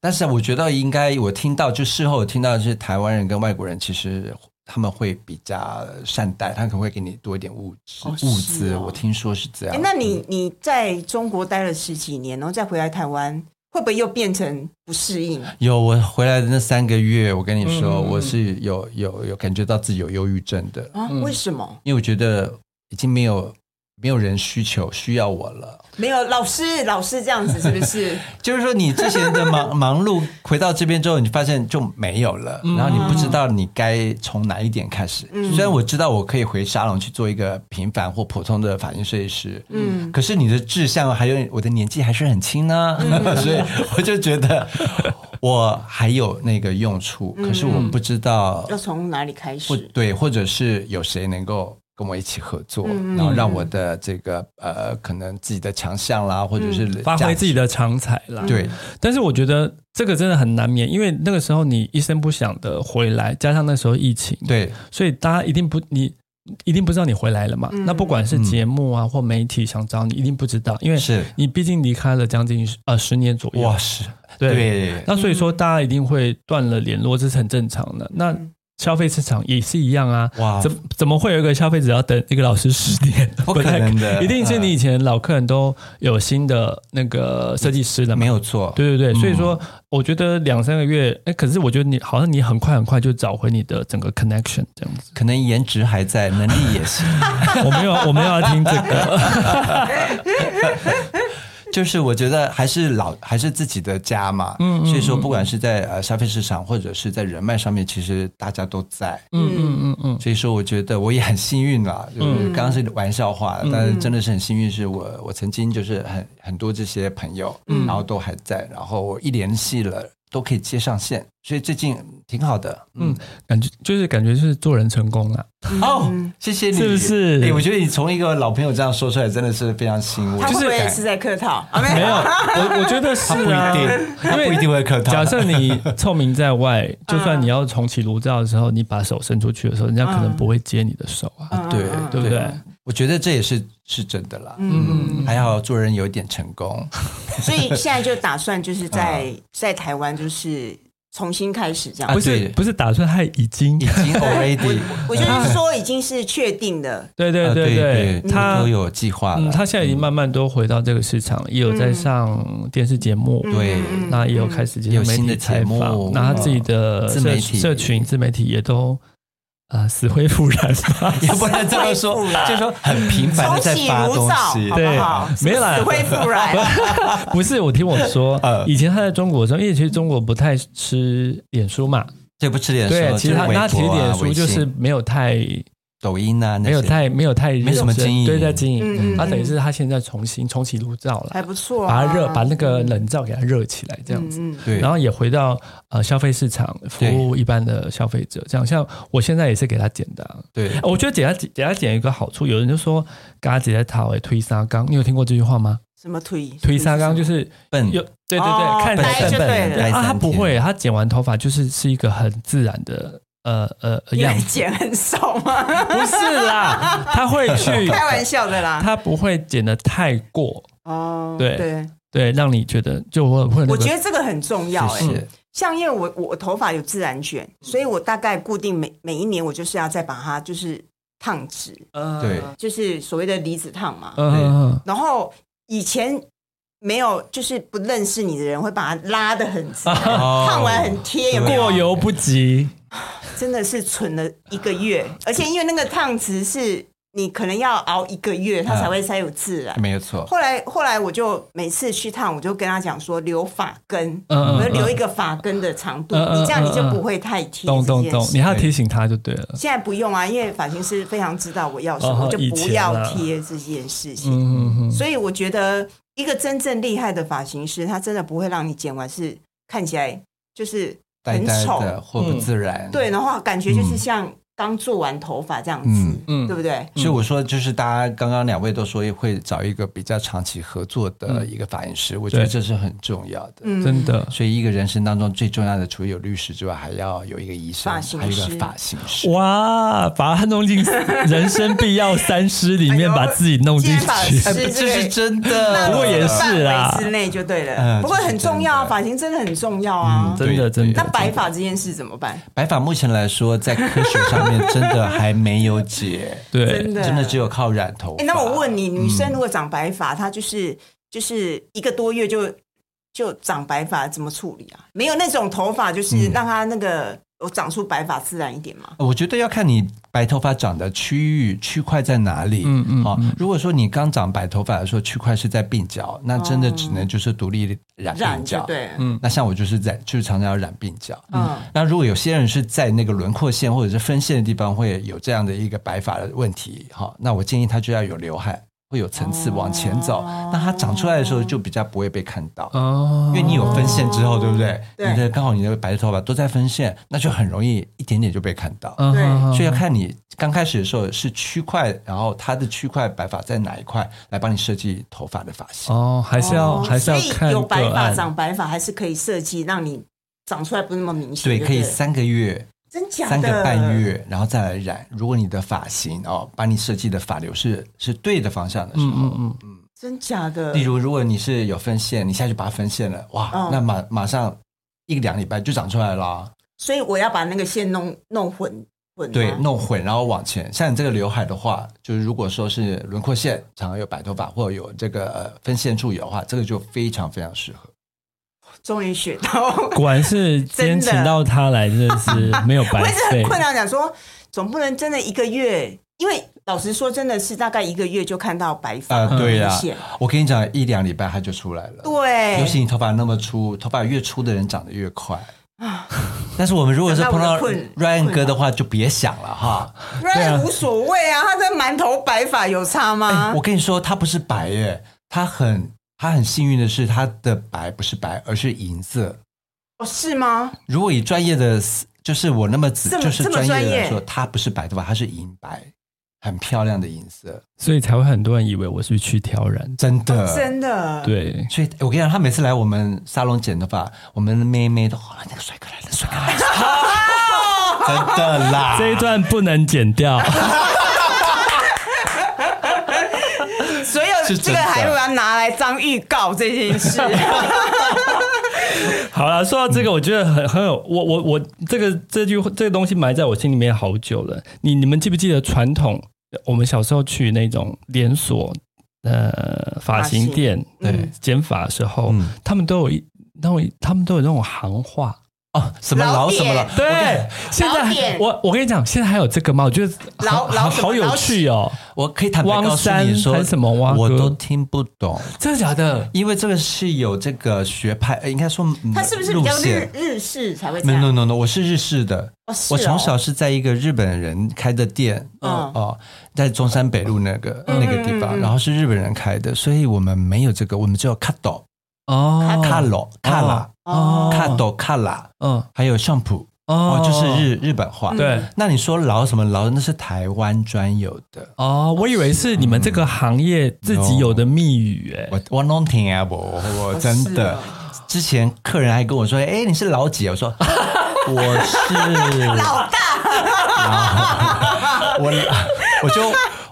[SPEAKER 1] 但是我觉得应该，我听到就事后我听到，就是台湾人跟外国人其实他们会比较善待，他可能会给你多一点物质、
[SPEAKER 2] 哦
[SPEAKER 1] 物
[SPEAKER 2] 是
[SPEAKER 1] 资。
[SPEAKER 2] 哦
[SPEAKER 1] 我听说是这
[SPEAKER 2] 哎、
[SPEAKER 1] 样。
[SPEAKER 2] 那你你在中国待了十几年，然后再回来台湾，会不会又变成不适应？啊
[SPEAKER 1] 有我回来的那三个月，我跟你说，
[SPEAKER 2] 嗯
[SPEAKER 1] 我是有有有感觉到自己有忧郁症的，
[SPEAKER 2] 啊，为什么
[SPEAKER 1] 因为我觉得已经没有没有人需求需要我了。
[SPEAKER 2] 没有老师？老师这样子是不是？
[SPEAKER 1] 就是说，你之前的忙忙碌回到这边之后，你发现就没有了，然后你不知道你该从哪一点开始。虽然我知道我可以回沙龙去做一个平凡或普通的发型设计师，
[SPEAKER 2] 嗯
[SPEAKER 1] 可是你的志向还有我的年纪还是很轻呢、 所以我就觉得我还有那个用处，可是我不知道
[SPEAKER 2] 要从哪里开
[SPEAKER 1] 或
[SPEAKER 2] 始？
[SPEAKER 1] 对，或者是有谁能够跟我一起合作，
[SPEAKER 2] 嗯嗯
[SPEAKER 1] 然后让我的这个呃，可能自己的强项啦，或
[SPEAKER 2] 嗯
[SPEAKER 1] 者是
[SPEAKER 3] 发
[SPEAKER 1] 价
[SPEAKER 3] 挥
[SPEAKER 1] 值
[SPEAKER 3] 自己的长才啦。
[SPEAKER 1] 对。
[SPEAKER 3] 但是我觉得这个真的很难免，因为那个时候你一声不响的回来，加上那时候疫情，，
[SPEAKER 1] 对，
[SPEAKER 3] 所以大家一定不你。一定不知道你回来了嘛？
[SPEAKER 2] 嗯
[SPEAKER 3] 那不管是节目啊或媒体想找你，一定不知道，因为
[SPEAKER 1] 是
[SPEAKER 3] 你毕竟离开了将近呃十年左右。
[SPEAKER 1] 哇是，对，
[SPEAKER 3] 那所以说，大家一定会断了联络，这是很正常的。那消费市场也是一样啊，
[SPEAKER 1] 哇
[SPEAKER 3] 怎怎么会有一个消费者要等一个老师十年？
[SPEAKER 1] 哦 不可能的嗯
[SPEAKER 3] 不太一定是你以前老客人都有新的那个设计师了嘛
[SPEAKER 1] 没。有嗯错，
[SPEAKER 3] 对对对，所以说我觉得两三个月，哎，可是我觉得你好像你很快很快就找回你的整个 connection 这样 子。
[SPEAKER 1] 可能颜值还在，能力也行。
[SPEAKER 3] 我没有，我没有要听这个。
[SPEAKER 1] 就是我觉得还是老还是自己的家嘛，嗯，所以说不管是在呃消费市场或者是在人脉上面，其实大家都在，
[SPEAKER 3] 嗯嗯嗯嗯，
[SPEAKER 1] 所以说我觉得我也很幸运啦，就是刚刚是玩笑话，但是真的是很幸运，是我我曾经就是很很多这些朋友，嗯，然后都还在，然后我一联系了都可以接上线，所以最近挺好的，嗯，
[SPEAKER 3] 感觉就是感觉就是做人成功了。
[SPEAKER 1] 哦，谢谢你，
[SPEAKER 3] 是不是
[SPEAKER 1] 哎，我觉得你从一个老朋友这样说出来，真的是非常欣慰
[SPEAKER 2] 他，会
[SPEAKER 3] 就是
[SPEAKER 2] 不会也是在客套？啊，没
[SPEAKER 3] 没有，我我觉得是
[SPEAKER 1] 他不
[SPEAKER 3] 啊，
[SPEAKER 1] 一定，他不一定会客套。
[SPEAKER 3] 假设你臭名在外，就算你要重启炉灶的时候，你把手伸出去的时候，人家可
[SPEAKER 1] 嗯
[SPEAKER 3] 能不会接你的手啊。
[SPEAKER 1] 啊对
[SPEAKER 2] 嗯
[SPEAKER 3] 对不对？
[SPEAKER 1] 我觉得这也是是真的啦。
[SPEAKER 2] 嗯
[SPEAKER 1] 嗯，还好做人有一点成功。
[SPEAKER 2] 所以现在就打算就是在
[SPEAKER 3] 啊
[SPEAKER 2] 在台湾就是重新开始这样
[SPEAKER 1] 啊。
[SPEAKER 3] 不
[SPEAKER 1] 对
[SPEAKER 3] 是不是打算害已经
[SPEAKER 1] 已，经 already，
[SPEAKER 2] 我就是说已经是确定的，
[SPEAKER 3] 对
[SPEAKER 1] 呃
[SPEAKER 3] 对
[SPEAKER 1] 对
[SPEAKER 3] 对，
[SPEAKER 1] 他
[SPEAKER 3] 他
[SPEAKER 1] 都有计划
[SPEAKER 3] 嗯，
[SPEAKER 1] 了。
[SPEAKER 3] 他现在已经慢慢都回到这个市场，
[SPEAKER 2] 嗯
[SPEAKER 3] 也有在上电视节目，
[SPEAKER 1] 对
[SPEAKER 3] 那也有开始接
[SPEAKER 1] 有
[SPEAKER 3] 受媒
[SPEAKER 1] 新的
[SPEAKER 3] 体采
[SPEAKER 1] 节目嗯
[SPEAKER 3] 访，那他自己的
[SPEAKER 1] 自媒
[SPEAKER 3] 社
[SPEAKER 1] 体
[SPEAKER 3] 社群自媒体也都啊死灰复燃 吧。
[SPEAKER 1] 嗯也不能这么说， 就是说很频繁
[SPEAKER 2] 重
[SPEAKER 1] 的在
[SPEAKER 2] 启
[SPEAKER 1] 发
[SPEAKER 2] 炉
[SPEAKER 1] 东
[SPEAKER 2] 灶，
[SPEAKER 1] 西
[SPEAKER 2] 好。不好？
[SPEAKER 3] 对没有啦
[SPEAKER 2] 死灰复 燃。嗯
[SPEAKER 3] 不是，我听我说
[SPEAKER 1] 呃，
[SPEAKER 3] 以前他在中国的时候，因为其实中国不太吃脸书嘛，
[SPEAKER 1] 这不吃脸书，
[SPEAKER 3] 对，其实
[SPEAKER 1] 就
[SPEAKER 3] 他
[SPEAKER 1] 是微博啊
[SPEAKER 3] 他其实脸书就
[SPEAKER 1] 微
[SPEAKER 3] 是
[SPEAKER 1] 信
[SPEAKER 3] 没有太
[SPEAKER 1] 抖音啊那
[SPEAKER 3] 没
[SPEAKER 1] 些，
[SPEAKER 3] 有太没有太
[SPEAKER 1] 没什么
[SPEAKER 3] 认真
[SPEAKER 1] 经营
[SPEAKER 3] 对，在经营
[SPEAKER 2] 嗯，嗯
[SPEAKER 3] 他
[SPEAKER 2] 嗯
[SPEAKER 3] 等于是他现在重新重启炉灶了
[SPEAKER 2] 还，不错、啊，
[SPEAKER 3] 把它热把那个冷灶给它热起来，这样子。
[SPEAKER 2] 嗯嗯
[SPEAKER 1] 对，
[SPEAKER 3] 然后也回到呃消费市场，服务一般的消费者。这样，像我现在也是给他减的啊、
[SPEAKER 1] 对
[SPEAKER 3] 我觉得减他减他减有一个好处，有人就说“嘎姐在讨诶推沙缸”，你有听过这句话吗？
[SPEAKER 2] 什么推
[SPEAKER 3] 推沙缸就是
[SPEAKER 1] 笨
[SPEAKER 3] 有对对对，
[SPEAKER 2] 哦
[SPEAKER 3] 看起
[SPEAKER 2] 呆
[SPEAKER 3] 来
[SPEAKER 2] 就对了
[SPEAKER 3] 对
[SPEAKER 1] 呆
[SPEAKER 3] 啊，
[SPEAKER 1] 三
[SPEAKER 3] 他不
[SPEAKER 1] 天
[SPEAKER 3] 会，他嗯剪完头发就是是一个很自然的呃呃呃
[SPEAKER 2] 因
[SPEAKER 3] 样
[SPEAKER 2] 为
[SPEAKER 3] 子，
[SPEAKER 2] 剪很少嘛，
[SPEAKER 3] 不是啦，他会 去，
[SPEAKER 2] 开玩笑的啦。
[SPEAKER 3] 他不会剪的太过，
[SPEAKER 2] 哦，
[SPEAKER 3] 对对，让你觉得就我会那
[SPEAKER 2] 我觉
[SPEAKER 3] 个
[SPEAKER 2] 得这个很重要、
[SPEAKER 1] 谢
[SPEAKER 2] 欸。
[SPEAKER 1] 谢，
[SPEAKER 2] 像因为我我我头发有自然卷，所以我大概固定每每一年我就是要再把它就是烫直，
[SPEAKER 3] 呃
[SPEAKER 1] 对
[SPEAKER 2] 嗯就是所谓的离子烫嘛。
[SPEAKER 3] 嗯嗯
[SPEAKER 2] 然后以前没有就是不认识你的人会把它拉的很直，
[SPEAKER 1] 哦
[SPEAKER 2] 烫完很贴，有
[SPEAKER 3] 嗯
[SPEAKER 2] 没有
[SPEAKER 3] 过？犹不及，
[SPEAKER 2] 真的是存了一个月，而且因为那个烫直是你可能要熬一个月，它才会才有自然。
[SPEAKER 1] 没有错，
[SPEAKER 2] 后来后来我就每次去烫，我就跟他讲说留发根，
[SPEAKER 3] 嗯嗯
[SPEAKER 2] 我就
[SPEAKER 3] 嗯
[SPEAKER 2] 留一个发根的长度，
[SPEAKER 3] 嗯嗯
[SPEAKER 2] 你这样你就不会太贴
[SPEAKER 3] 懂
[SPEAKER 2] 这
[SPEAKER 3] 懂
[SPEAKER 2] 件
[SPEAKER 3] 懂，
[SPEAKER 2] 事
[SPEAKER 3] 你还要提醒他就对了。
[SPEAKER 2] 现在不用啊，因为发型师非常知道我要什么，
[SPEAKER 3] 哦
[SPEAKER 2] 我就
[SPEAKER 3] 以
[SPEAKER 2] 不
[SPEAKER 3] 前
[SPEAKER 2] 要
[SPEAKER 3] 啦
[SPEAKER 2] 贴这件事情。
[SPEAKER 3] 嗯嗯嗯，
[SPEAKER 2] 所以我觉得一个真正厉害的发型师，他真的不会让你剪完是看起来就是
[SPEAKER 1] 呆
[SPEAKER 2] 很
[SPEAKER 1] 呆
[SPEAKER 2] 丑，
[SPEAKER 1] 的或不
[SPEAKER 3] 嗯
[SPEAKER 1] 自然，
[SPEAKER 2] 对，然后感觉就是
[SPEAKER 1] 嗯
[SPEAKER 2] 像刚做完头发这样子，
[SPEAKER 1] 嗯
[SPEAKER 3] 嗯
[SPEAKER 2] 对不对？
[SPEAKER 1] 所以我说，就是大家刚刚两位都说会找一个比较长期合作的一个发型师，我觉得
[SPEAKER 3] 嗯对
[SPEAKER 1] 这是很重要的。
[SPEAKER 2] 嗯，
[SPEAKER 3] 真。的。
[SPEAKER 1] 所以一个人生当中最重要的，除了有律师之外，还要有一个医生，
[SPEAKER 2] 发型
[SPEAKER 1] 还
[SPEAKER 2] 师
[SPEAKER 1] 有一个发型师。
[SPEAKER 3] 哇，把它弄进人生必要三师里面，
[SPEAKER 2] 哎呦
[SPEAKER 3] 把自己弄进
[SPEAKER 2] 今天把
[SPEAKER 3] 去
[SPEAKER 2] 师。
[SPEAKER 1] 哎，不这是真
[SPEAKER 2] 那
[SPEAKER 1] 的，
[SPEAKER 3] 不过也是
[SPEAKER 2] 范围
[SPEAKER 3] 啦
[SPEAKER 2] 之内就对了。
[SPEAKER 1] 啊嗯
[SPEAKER 2] 不过很重要
[SPEAKER 1] 这是真
[SPEAKER 2] 啊，
[SPEAKER 1] 的嗯
[SPEAKER 2] 发型真的很重要啊。
[SPEAKER 3] 真的
[SPEAKER 1] 对
[SPEAKER 3] 真
[SPEAKER 2] 那
[SPEAKER 3] 的，
[SPEAKER 2] 白发这件事怎么办？
[SPEAKER 1] 白发目前来说，在科学上面真的还没有解，
[SPEAKER 3] 对
[SPEAKER 2] 真的
[SPEAKER 1] 真的只有靠染头发。嗯
[SPEAKER 2] 哎，那我问你，女生如果长白发，她就是就是一个多月就就长白发，怎么处理啊？没有那种头发，就是
[SPEAKER 1] 嗯
[SPEAKER 2] 让她那个我长出白发自然一点嘛。
[SPEAKER 1] 我觉得要看你白头发长的区域区块在哪里。
[SPEAKER 3] 嗯嗯
[SPEAKER 1] 哦，如果说你刚长白头发的时候，区块是在鬓角，那真的只能就是独立染鬓
[SPEAKER 2] 哦染就
[SPEAKER 1] 角。
[SPEAKER 2] 对了，
[SPEAKER 3] 嗯
[SPEAKER 1] 那像我就是染，就是常常要染鬓角。
[SPEAKER 2] 嗯，
[SPEAKER 1] 那如果有些人是在那个轮廓线或者是分线的地方会有这样的一个白发的问题，哈、那我建议他就要有刘海，会有层次往前走，那它长出来的时候就比较不会被看到。
[SPEAKER 3] 哦
[SPEAKER 1] 因为你有分线之后，对不对？
[SPEAKER 2] 对
[SPEAKER 1] 你的刚好你的白头发都在分线，那就很容易一点点就被看到。
[SPEAKER 3] 嗯
[SPEAKER 2] 对
[SPEAKER 3] 嗯嗯
[SPEAKER 1] 所以要看你刚开始的时候是区块，然后它的区块白发在哪一块，来帮你设计头发的发型。
[SPEAKER 3] 哦，还是要
[SPEAKER 2] 哦
[SPEAKER 3] 还是要
[SPEAKER 2] 所
[SPEAKER 3] 看
[SPEAKER 2] 以有白
[SPEAKER 3] 个
[SPEAKER 2] 发
[SPEAKER 3] 案。
[SPEAKER 2] 长白发还是可以设计让你长出来不那么明显，
[SPEAKER 1] 对，
[SPEAKER 2] 不
[SPEAKER 1] 可以三个月
[SPEAKER 2] 真假的
[SPEAKER 1] 三个半，月，然后再来染。如果你的发型哦，把你设计的发流是是对的方向的时
[SPEAKER 3] 嗯
[SPEAKER 1] 候，
[SPEAKER 3] 嗯嗯，
[SPEAKER 2] 真假的，
[SPEAKER 1] 例如如果你是有分线，你下去把它分线了，哇，
[SPEAKER 2] 嗯
[SPEAKER 1] 那马马上一两礼拜就长出来了啊，
[SPEAKER 2] 所以我要把那个线弄弄混混啊吗，
[SPEAKER 1] 对，弄混然后往前。像你这个刘海的话，就是如果说是轮廓线常常有白头发或者有这个呃分线处有的话，这个就非常非常适合。
[SPEAKER 2] 终于学到。
[SPEAKER 3] 果然是今天请到他来，真的是没有 白
[SPEAKER 2] 我一直很
[SPEAKER 3] 费。
[SPEAKER 2] 困扰，讲说总不能真的一个月，因为老实说，真的是大概一个月就看到白发
[SPEAKER 1] 啊、
[SPEAKER 2] 很
[SPEAKER 1] 对呀、
[SPEAKER 2] 明显
[SPEAKER 1] 我跟你讲，一两礼拜它就出来了。尤其
[SPEAKER 2] 对，
[SPEAKER 1] 你头发那么粗，头发越粗的人长得越快。 但是我们如果是碰到
[SPEAKER 2] 想到啊我的困
[SPEAKER 1] Ryan 哥的话，就别想了哈。
[SPEAKER 2] 不然无所谓啊，他这馒头白发有差吗
[SPEAKER 1] 哎我？跟你说，他不是白耶，他很他很幸运的是，他的白不是白，而是银色。
[SPEAKER 2] 哦，是吗？
[SPEAKER 1] 如果以专业的，就是我那么仔
[SPEAKER 2] 这，么
[SPEAKER 1] 就是专业的来
[SPEAKER 2] 这么专
[SPEAKER 1] 说，
[SPEAKER 2] 业
[SPEAKER 1] 他不是白头发，他是银白，很漂亮的银色，
[SPEAKER 3] 所以才会很多人以为我是去挑染。
[SPEAKER 1] 真的。
[SPEAKER 2] 哦真的，
[SPEAKER 3] 对，
[SPEAKER 1] 所以我跟你讲，他每次来我们沙龙剪头发，我们的妹妹都好了，那个帅哥来了，帅哥来了，真的啦。
[SPEAKER 3] 这一段不能剪掉。
[SPEAKER 2] 所有
[SPEAKER 1] 是
[SPEAKER 2] 这
[SPEAKER 1] 真
[SPEAKER 2] 个
[SPEAKER 1] 的
[SPEAKER 2] 还有要拿来当预告这 件事。
[SPEAKER 3] 好啦，说到这个，我觉得很很
[SPEAKER 2] 嗯
[SPEAKER 3] 有，我我我这个这句这个东西埋在我心里面好久了。你你们记不记得传统？呃我们小时候去那种连锁呃发型店，
[SPEAKER 2] 发型
[SPEAKER 3] 对
[SPEAKER 2] 嗯
[SPEAKER 3] 剪发的时候，
[SPEAKER 1] 嗯
[SPEAKER 3] 他们都有一那种他们都有那种行话，
[SPEAKER 1] 哦，什么
[SPEAKER 2] 老
[SPEAKER 1] 老什么老
[SPEAKER 2] 点，
[SPEAKER 3] 对
[SPEAKER 1] 我，
[SPEAKER 3] 现在
[SPEAKER 2] 老点
[SPEAKER 3] 还我我跟你讲，现在还有这个吗？我觉得
[SPEAKER 2] 老
[SPEAKER 3] 好
[SPEAKER 2] 老
[SPEAKER 3] 好
[SPEAKER 2] 什么
[SPEAKER 3] 好有
[SPEAKER 2] 老
[SPEAKER 3] 趣哦，
[SPEAKER 1] 我可以坦白告
[SPEAKER 3] 汪
[SPEAKER 1] 诉
[SPEAKER 3] 山
[SPEAKER 1] 你说
[SPEAKER 3] 还是什么蛙哥
[SPEAKER 1] 我都听不懂，
[SPEAKER 3] 真的假的？
[SPEAKER 1] 因为这个是有这个学派，呃应该说嗯
[SPEAKER 2] 它是不是比
[SPEAKER 1] 路
[SPEAKER 2] 较日
[SPEAKER 1] 线
[SPEAKER 2] 日式才会这
[SPEAKER 1] No
[SPEAKER 2] 样？
[SPEAKER 1] no no no，我是日式的，
[SPEAKER 2] 哦是
[SPEAKER 1] 我
[SPEAKER 2] 哦
[SPEAKER 1] 从小是在一个日本人开的店，
[SPEAKER 2] 嗯
[SPEAKER 1] 哦，在中山北路那个、那个地方，然后是日本人开的，所以我们没有这个，我们只有卡斗、
[SPEAKER 3] 哦，
[SPEAKER 1] 卡罗、卡拉、
[SPEAKER 2] 哦
[SPEAKER 1] 卡斗、卡拉，
[SPEAKER 3] 嗯，
[SPEAKER 1] 还有相扑，哦，就是日日本话。
[SPEAKER 3] 对
[SPEAKER 1] 那你说劳什么劳？那是台湾专有的，
[SPEAKER 3] 哦，我以为是你们这个行业自己有的密语哎。
[SPEAKER 1] 我我弄听啊，我我
[SPEAKER 2] 哦
[SPEAKER 1] 真的，
[SPEAKER 2] 啊
[SPEAKER 1] 之前客人还跟我说，哎，你是老几？我 说我是
[SPEAKER 2] 老大
[SPEAKER 1] 我我就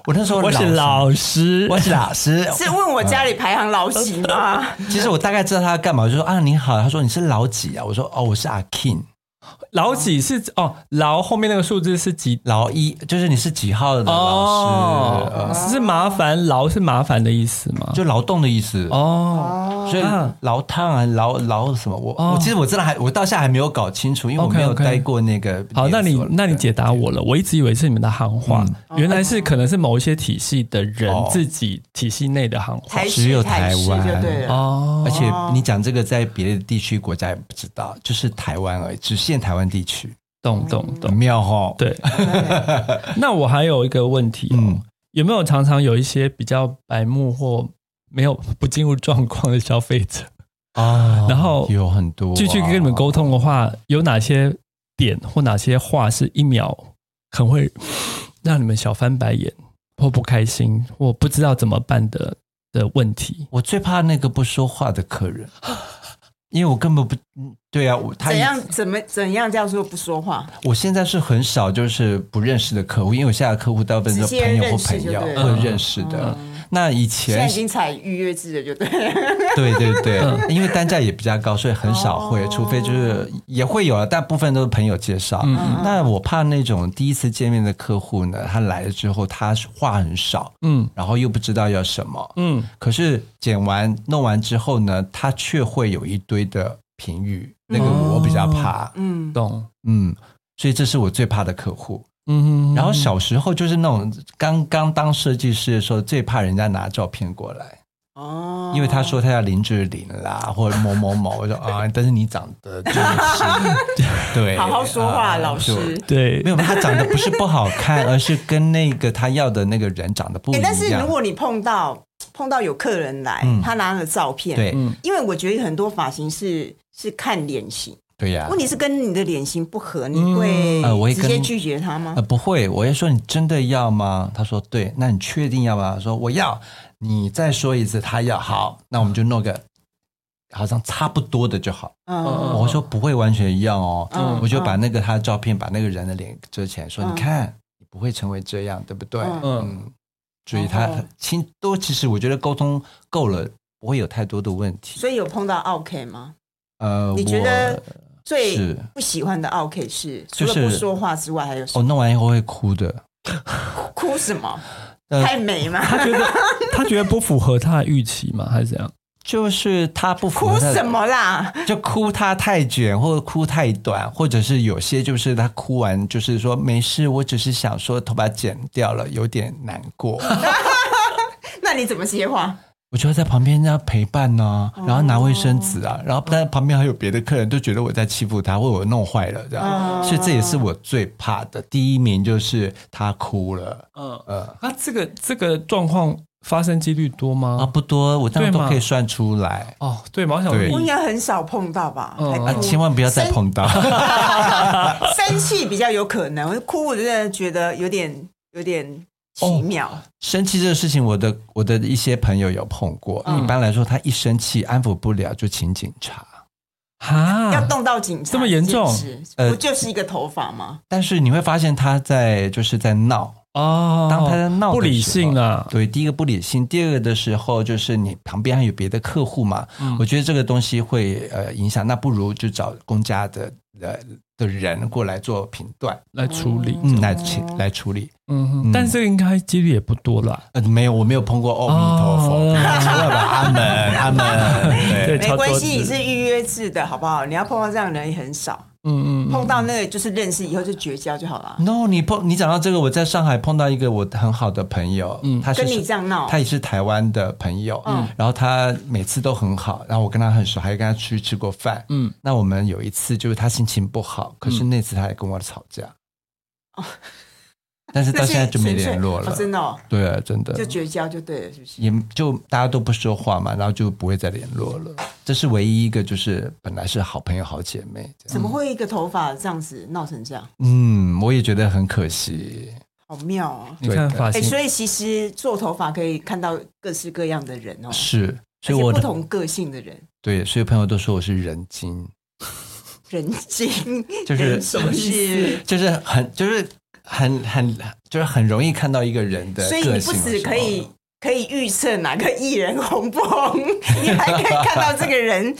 [SPEAKER 1] 我那时候
[SPEAKER 3] 我是
[SPEAKER 1] 什么
[SPEAKER 3] 老师，
[SPEAKER 1] 我是老师。
[SPEAKER 2] 是问我家里
[SPEAKER 1] 嗯
[SPEAKER 2] 排行老几吗？
[SPEAKER 1] 其实我大概知道他要干嘛，我就说啊你好，他说你是老几啊？我说哦我是阿 King，
[SPEAKER 3] 老几是哦，老后面那个数字是几？
[SPEAKER 1] 老一就是你是几号的老师，
[SPEAKER 3] 哦
[SPEAKER 1] 呃，
[SPEAKER 3] 是麻烦，劳是麻烦的意思吗？
[SPEAKER 1] 就劳动的意思。
[SPEAKER 3] 哦，
[SPEAKER 1] 所以劳烫啊，劳劳什么？我我其实我真的还我到现在还没有搞清楚，因为我
[SPEAKER 3] OK，
[SPEAKER 1] 没有
[SPEAKER 3] OK
[SPEAKER 1] 待过那个连锁
[SPEAKER 3] 好，
[SPEAKER 1] 的。
[SPEAKER 3] 那你那你解答我了。嗯我一直以为是你们的行话，原来是可能是某一些体系的人
[SPEAKER 1] 哦
[SPEAKER 3] 自己体系内的行话。
[SPEAKER 2] 台
[SPEAKER 1] 只
[SPEAKER 2] 式
[SPEAKER 1] 有
[SPEAKER 2] 台式
[SPEAKER 1] 台湾
[SPEAKER 2] 就对了。
[SPEAKER 3] 哦
[SPEAKER 1] 而且你讲这个在别的地区国家也不知道，就是台湾而已，只限台湾地区，
[SPEAKER 3] 懂懂
[SPEAKER 1] 很
[SPEAKER 3] 懂，
[SPEAKER 1] 妙哦哈。
[SPEAKER 3] 对。 那我还有一个问题、哦，
[SPEAKER 1] 嗯
[SPEAKER 3] 有没有常常有一些比较白目或没有不进入状况的消费者，
[SPEAKER 1] 啊
[SPEAKER 3] 然后
[SPEAKER 1] 有很多哦
[SPEAKER 3] 继续跟你们沟通的话，有哪些点或哪些话是一秒很会让你们小翻白眼或不开心或不知道怎么办的的问题？
[SPEAKER 1] 我最怕那个不说话的客人，因为我根本不嗯对啊，我他
[SPEAKER 2] 怎样怎么怎样叫做不说话？
[SPEAKER 1] 我现在是很少就是不认识的客户，因为我现在的客户大部分是
[SPEAKER 2] 直接
[SPEAKER 1] 朋友或
[SPEAKER 2] 认识
[SPEAKER 1] 朋
[SPEAKER 2] 就
[SPEAKER 1] 友
[SPEAKER 2] 对了嗯
[SPEAKER 1] 或者认识的。那以前
[SPEAKER 2] 现在已经采预约制了，就对了。
[SPEAKER 1] 对对对，因为单价也比较高，所以很少会，除非就是也会有了，但部分都是朋友介绍。那我怕那种第一次见面的客户呢，他来了之后，他话很少，
[SPEAKER 3] 嗯
[SPEAKER 1] 然后又不知道要什么，
[SPEAKER 3] 嗯，
[SPEAKER 1] 可是剪完弄完之后呢，他却会有一堆的评语，那个我比较怕，
[SPEAKER 2] 嗯，
[SPEAKER 3] 懂。
[SPEAKER 1] 嗯，所以这是我最怕的客户。
[SPEAKER 3] 嗯，
[SPEAKER 1] 然后小时候就是那种刚刚当设计师的时候，最怕人家拿照片过来。
[SPEAKER 2] 哦
[SPEAKER 1] 因为他说他要林志玲啦，或者某某某，我说啊，但是你长得就是 对，
[SPEAKER 2] 好好说
[SPEAKER 1] 啊
[SPEAKER 2] 话，老师。
[SPEAKER 1] 就
[SPEAKER 3] 对
[SPEAKER 1] 没有，他长得不是不好看，而是跟那个他要的那个人长得不
[SPEAKER 2] 哎、
[SPEAKER 1] 一样。
[SPEAKER 2] 但是如果你碰到碰到有客人来，
[SPEAKER 1] 嗯
[SPEAKER 2] 他拿了照片，，
[SPEAKER 1] 对
[SPEAKER 2] 因为我觉得很多发型是是看脸型，
[SPEAKER 1] 对呀，
[SPEAKER 2] 问题是跟你的脸型不合，你会
[SPEAKER 1] 啊呃我会
[SPEAKER 2] 直
[SPEAKER 1] 跟
[SPEAKER 2] 接拒绝他吗
[SPEAKER 1] 呃，？不会，我要说你真的要吗？他说对，那你确定要吗？我说我要，你再说一次，他要好，那我们就弄个好像差不多的就好。
[SPEAKER 2] 嗯
[SPEAKER 1] 我说不会完全一样哦，
[SPEAKER 2] 嗯
[SPEAKER 1] 我就把那个他的照片，把那个人的脸遮起来，说、
[SPEAKER 2] 嗯
[SPEAKER 1] 你看你不会成为这样，对不对？
[SPEAKER 2] 嗯哦
[SPEAKER 3] 嗯
[SPEAKER 1] 嗯，所以他
[SPEAKER 2] 然后
[SPEAKER 1] 其实都其实我觉得沟通够了，不会有太多的问题。
[SPEAKER 2] 所以有碰到 OK 吗？
[SPEAKER 1] 呃，
[SPEAKER 2] 你觉得最
[SPEAKER 1] 是
[SPEAKER 2] 不喜欢的 OK 是除
[SPEAKER 1] 就
[SPEAKER 2] 了
[SPEAKER 1] 是
[SPEAKER 2] 不说话之外，还有什
[SPEAKER 1] 我、哦、
[SPEAKER 2] 么
[SPEAKER 1] 弄完以后会哭的？
[SPEAKER 2] 哭什么？
[SPEAKER 1] 哦呃
[SPEAKER 2] 太 美吗？
[SPEAKER 3] 他觉得他觉得不符合他的预期吗？还是怎样？
[SPEAKER 1] 就是他不符
[SPEAKER 2] 哭
[SPEAKER 1] 合他的
[SPEAKER 2] 什么啦？
[SPEAKER 1] 就哭他太卷，或者哭太短，或者是有些就是他哭完就是说没事，我只是想说头发剪掉了，有点难过。
[SPEAKER 2] 那你怎么接话？
[SPEAKER 1] 我就在旁边要陪伴呢、然后拿卫生纸啊，然后但旁边还有别的客人都觉得我在欺负他，或我弄坏了这样，所以这也是我最怕的。第一名就是他哭了
[SPEAKER 3] 嗯
[SPEAKER 1] 呃
[SPEAKER 3] 那这个这个状况发生几率多
[SPEAKER 1] 啊，
[SPEAKER 3] 吗？
[SPEAKER 1] 不多，我当然
[SPEAKER 3] 对
[SPEAKER 1] 都
[SPEAKER 3] 嘛
[SPEAKER 1] 可以算出来
[SPEAKER 3] 哦，对嘛，我想
[SPEAKER 1] 对
[SPEAKER 2] 我应
[SPEAKER 3] 你
[SPEAKER 2] 该很少碰到吧？
[SPEAKER 3] 嗯
[SPEAKER 2] 还
[SPEAKER 1] 啊，
[SPEAKER 2] 哭
[SPEAKER 1] 千万不要再碰到。
[SPEAKER 2] 生气比较有可能，我哭我真的觉得有点有点奇妙。
[SPEAKER 1] 生气这个事情，我的我的一些朋友有碰过，一般来说他一生气安抚不了就请警察，
[SPEAKER 2] 要
[SPEAKER 3] 哈，
[SPEAKER 2] 动到警察
[SPEAKER 3] 这么严重
[SPEAKER 2] 简直
[SPEAKER 1] 呃
[SPEAKER 2] 不就是一个头发吗？
[SPEAKER 1] 但是你会发现他在就是在闹。
[SPEAKER 3] 哦，
[SPEAKER 1] 当他在闹的时候
[SPEAKER 3] 不理性啊，
[SPEAKER 1] 对，第一个不理性，第二个的时候就是你旁边还有别的客户嘛，我觉得这个东西会呃影响，那不如就找公家的呃的人过来做评断，
[SPEAKER 3] 来处理，
[SPEAKER 1] 嗯，来请来处理。
[SPEAKER 3] 嗯哼，但这个应该几率也不多啦。
[SPEAKER 1] 呃，没有，我没有碰过阿弥陀佛，
[SPEAKER 3] 哦
[SPEAKER 1] 除了吧，阿门，阿门，对。
[SPEAKER 3] 对，
[SPEAKER 2] 没
[SPEAKER 3] 超多
[SPEAKER 2] 关系，你
[SPEAKER 3] 的
[SPEAKER 2] 是预约致的好不好？你要碰到这样的人也很少，
[SPEAKER 1] 嗯嗯
[SPEAKER 2] 碰到那个就是认识以后就绝交就好了。
[SPEAKER 1] ，no，你碰你讲到这个，我在上海碰到一个我很好的朋友，嗯，他是
[SPEAKER 2] 跟你这样闹
[SPEAKER 1] 他也是台湾的朋友，嗯，然后他每次都很好，然后我跟他很熟，还跟他出去吃过饭，嗯，那我们有一次就是他心情不好，可是那次他也跟我吵架，
[SPEAKER 2] 嗯
[SPEAKER 1] 但是到
[SPEAKER 2] 那
[SPEAKER 1] 现在就没
[SPEAKER 2] 纯粹
[SPEAKER 1] 联络了，嗯
[SPEAKER 2] 哦真的哦，
[SPEAKER 1] 对，啊真的
[SPEAKER 2] 就绝交就对了，是不是？
[SPEAKER 1] 也就大家都不说话嘛，然后就不会再联络了。这是唯一一个就是本来是好朋友、好姐妹这样。
[SPEAKER 2] 怎么会一个头发这样子闹成这样？
[SPEAKER 1] 嗯，我也觉得很可惜。
[SPEAKER 2] 好妙哦！
[SPEAKER 3] 你看
[SPEAKER 1] 对的
[SPEAKER 3] 发
[SPEAKER 2] 哎、
[SPEAKER 3] 型，
[SPEAKER 2] 所以其实做头发可以看到各式各样的人哦，
[SPEAKER 1] 是，
[SPEAKER 2] 而
[SPEAKER 1] 所以
[SPEAKER 2] 且
[SPEAKER 1] 我
[SPEAKER 2] 不
[SPEAKER 1] 的
[SPEAKER 2] 同个性的人，
[SPEAKER 1] 对，所以朋友都说我是人精，
[SPEAKER 2] 人精
[SPEAKER 1] 就是
[SPEAKER 2] 人什是？
[SPEAKER 1] 就是很就是很很就是很容易看到一个人的
[SPEAKER 2] 所以
[SPEAKER 1] 个
[SPEAKER 2] 你不
[SPEAKER 1] 性的
[SPEAKER 2] 只
[SPEAKER 1] 时
[SPEAKER 2] 可以
[SPEAKER 1] 候。
[SPEAKER 2] 可以预测哪个艺人红不 红，你还可以看到这个人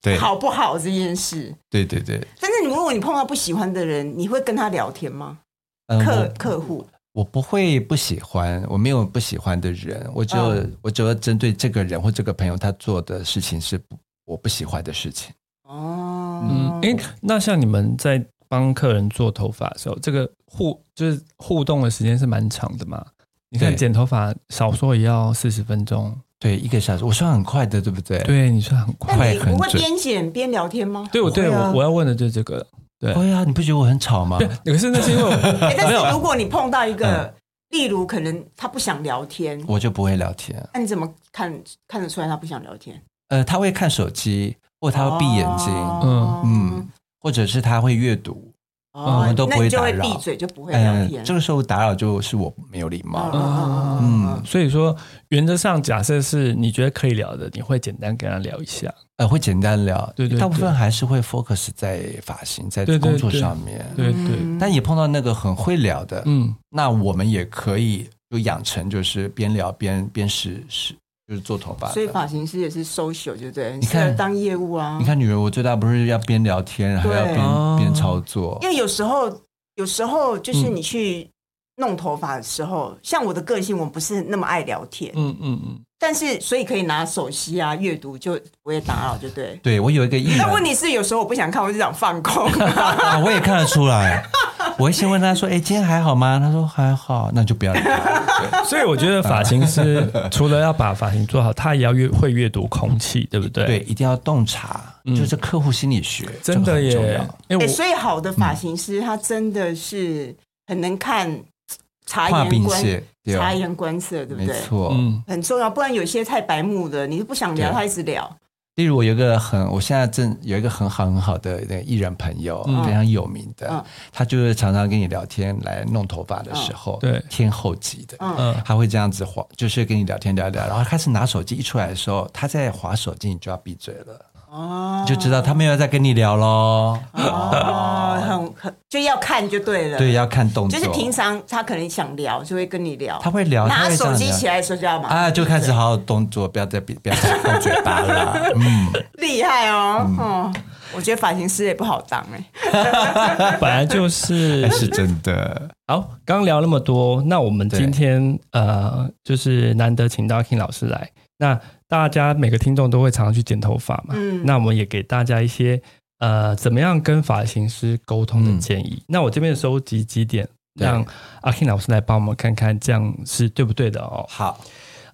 [SPEAKER 1] 对
[SPEAKER 2] 好不好这件事。
[SPEAKER 1] 对对对，
[SPEAKER 2] 但是你如果你碰到不喜欢的人，你会跟他聊天吗？
[SPEAKER 1] 嗯，
[SPEAKER 2] 客
[SPEAKER 1] 我
[SPEAKER 2] 客户
[SPEAKER 1] 我不会不喜欢，我没有不喜欢的人，我只有、
[SPEAKER 2] 嗯
[SPEAKER 1] 我只有针对这个人或这个朋友他做的事情是不我不喜欢的事情。
[SPEAKER 2] 哦，
[SPEAKER 3] 嗯，哎、那像你们在帮客人做头发的时候，这个互就是互动的时间是蛮长的嘛？你看
[SPEAKER 1] 对
[SPEAKER 3] 剪头发少说也要四十分钟，
[SPEAKER 1] 对，一个小时，我算很快的，对不对？，
[SPEAKER 3] 对，你说很快。
[SPEAKER 2] 那你
[SPEAKER 1] 快很
[SPEAKER 2] 不会
[SPEAKER 1] 准
[SPEAKER 2] 边剪边聊天吗？
[SPEAKER 3] 对，我对
[SPEAKER 1] 会啊
[SPEAKER 3] 我我要问的就是这个了。
[SPEAKER 1] 对啊，你不觉得我很吵吗？
[SPEAKER 3] 对，可是那是因为我
[SPEAKER 2] 哎但
[SPEAKER 3] 没有
[SPEAKER 2] 是如果你碰到一
[SPEAKER 1] 嗯
[SPEAKER 2] 个，例如可能他不想聊天，
[SPEAKER 1] 我就不会聊天。
[SPEAKER 2] 那你怎么看看得出来他不想聊天？
[SPEAKER 1] 呃，他会看手机，或他会闭眼睛，
[SPEAKER 2] 哦
[SPEAKER 1] 嗯，或者是他会阅读。
[SPEAKER 2] 哦
[SPEAKER 1] 我们嗯都不
[SPEAKER 2] 那你
[SPEAKER 1] 会
[SPEAKER 2] 就
[SPEAKER 1] 打
[SPEAKER 2] 会
[SPEAKER 1] 扰
[SPEAKER 2] 闭嘴，就不会聊
[SPEAKER 1] 嗯、
[SPEAKER 2] 天。
[SPEAKER 1] 这个时候打扰就是我没有礼貌。
[SPEAKER 2] 嗯
[SPEAKER 1] 嗯，
[SPEAKER 3] 所以说原则上假设是你觉得可以聊的，你会简单跟他聊一下。
[SPEAKER 1] 呃，会简单聊，
[SPEAKER 3] 对对对
[SPEAKER 1] 大部分还是会 focus 在发型、在
[SPEAKER 3] 对对
[SPEAKER 1] 工作
[SPEAKER 3] 对
[SPEAKER 1] 上面。
[SPEAKER 3] 对
[SPEAKER 2] 嗯
[SPEAKER 3] 对，
[SPEAKER 1] 但也碰到那个很会聊的，
[SPEAKER 3] 嗯，
[SPEAKER 1] 那我们也可以就养成就是边聊边边试试，就是做头发的。
[SPEAKER 2] 所以发型师也是 social，对不对？很
[SPEAKER 1] 你
[SPEAKER 2] 适
[SPEAKER 1] 看
[SPEAKER 2] 合当业务啊。
[SPEAKER 1] 你，看，女人我最大不是要边聊天，还
[SPEAKER 2] 对
[SPEAKER 1] 要边
[SPEAKER 3] 哦
[SPEAKER 1] 边操作
[SPEAKER 2] 因。为有时候，有时候就是
[SPEAKER 1] 嗯
[SPEAKER 2] 你去弄头发的时候，像我的个性，我不是那么爱聊天，
[SPEAKER 3] 嗯嗯嗯，
[SPEAKER 2] 但是所以可以拿手机啊阅读，就不会打扰，就对。
[SPEAKER 1] 对我有一个艺人，
[SPEAKER 2] 但问题是，有时候我不想看，我就想放空。
[SPEAKER 1] 啊，我也看得出来。我会先问他说：“哎、今天还好吗？”他说：“还好。”那就不要理他。对
[SPEAKER 3] 嗯所以我觉得发型 师除了要把发型做好，他也要阅会阅读空气，对不对？嗯
[SPEAKER 1] 对，，一定要洞察，就是客户心理学，
[SPEAKER 3] 真
[SPEAKER 1] 这个
[SPEAKER 3] 的
[SPEAKER 1] 很
[SPEAKER 3] 耶
[SPEAKER 1] 重要。。
[SPEAKER 3] 哎，
[SPEAKER 2] 哎、
[SPEAKER 3] 我
[SPEAKER 2] 所以好的
[SPEAKER 1] 嗯
[SPEAKER 2] 发型师，他真的是很能看察
[SPEAKER 1] 跨
[SPEAKER 2] 言
[SPEAKER 1] 并
[SPEAKER 2] 观
[SPEAKER 1] 线，对哦
[SPEAKER 2] 察言观色，对不
[SPEAKER 1] 没
[SPEAKER 2] 对？
[SPEAKER 1] 错。
[SPEAKER 3] 嗯，
[SPEAKER 2] 很重要，不然有些太白目的，你就不想聊，
[SPEAKER 1] 对
[SPEAKER 2] 他一直聊。
[SPEAKER 1] 例如我有一个很，我现在正有一个很好很好的那个艺人朋友，非常有名的，
[SPEAKER 2] 嗯
[SPEAKER 1] 他就是常常跟你聊天来弄头发的时候，
[SPEAKER 3] 嗯对
[SPEAKER 1] 天后级的，
[SPEAKER 2] 嗯
[SPEAKER 3] 嗯
[SPEAKER 1] 他会这样子滑，就是跟你聊天聊一聊，然后开始拿手机一出来的时候，他在滑手机，你就要闭嘴了，
[SPEAKER 2] 哦
[SPEAKER 1] 你就知道他没有在跟你聊喽。
[SPEAKER 2] 哦，很很就要看就对了。
[SPEAKER 1] 对，，要看动
[SPEAKER 2] 就
[SPEAKER 1] 作，
[SPEAKER 2] 是平常他可能想聊，就会跟你聊。
[SPEAKER 1] 他会聊，他
[SPEAKER 2] 拿
[SPEAKER 1] 会这
[SPEAKER 2] 手
[SPEAKER 1] 样
[SPEAKER 2] 机
[SPEAKER 1] 聊
[SPEAKER 2] 起来的时候就要嘛
[SPEAKER 1] 啊，就开始好好动作，不要再比，不要再动嘴巴了。 嗯，
[SPEAKER 2] 厉害哦。嗯，我觉得发型师也不好当哎。
[SPEAKER 3] 本来就是
[SPEAKER 1] 哎是真的。
[SPEAKER 3] 好，刚聊那么多，那我们
[SPEAKER 1] 对
[SPEAKER 3] 今天呃，就是难得请到 King 老师来，那大家每个听众都会常常去剪头发嘛，
[SPEAKER 2] 嗯
[SPEAKER 3] 那我们也给大家一些呃，怎么样跟发型师沟通的建议。那我这边收集几点，
[SPEAKER 1] 嗯对
[SPEAKER 3] 让阿 King 老师来帮我们看看这样是对不对的哦。
[SPEAKER 1] 好，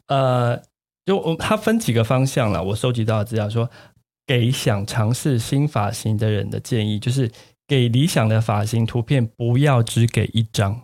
[SPEAKER 3] 呃，就我它分几个方向了。我收集到的资料说，给想尝试新发型的人的建议就是，给理想的发型图片不要只给一张。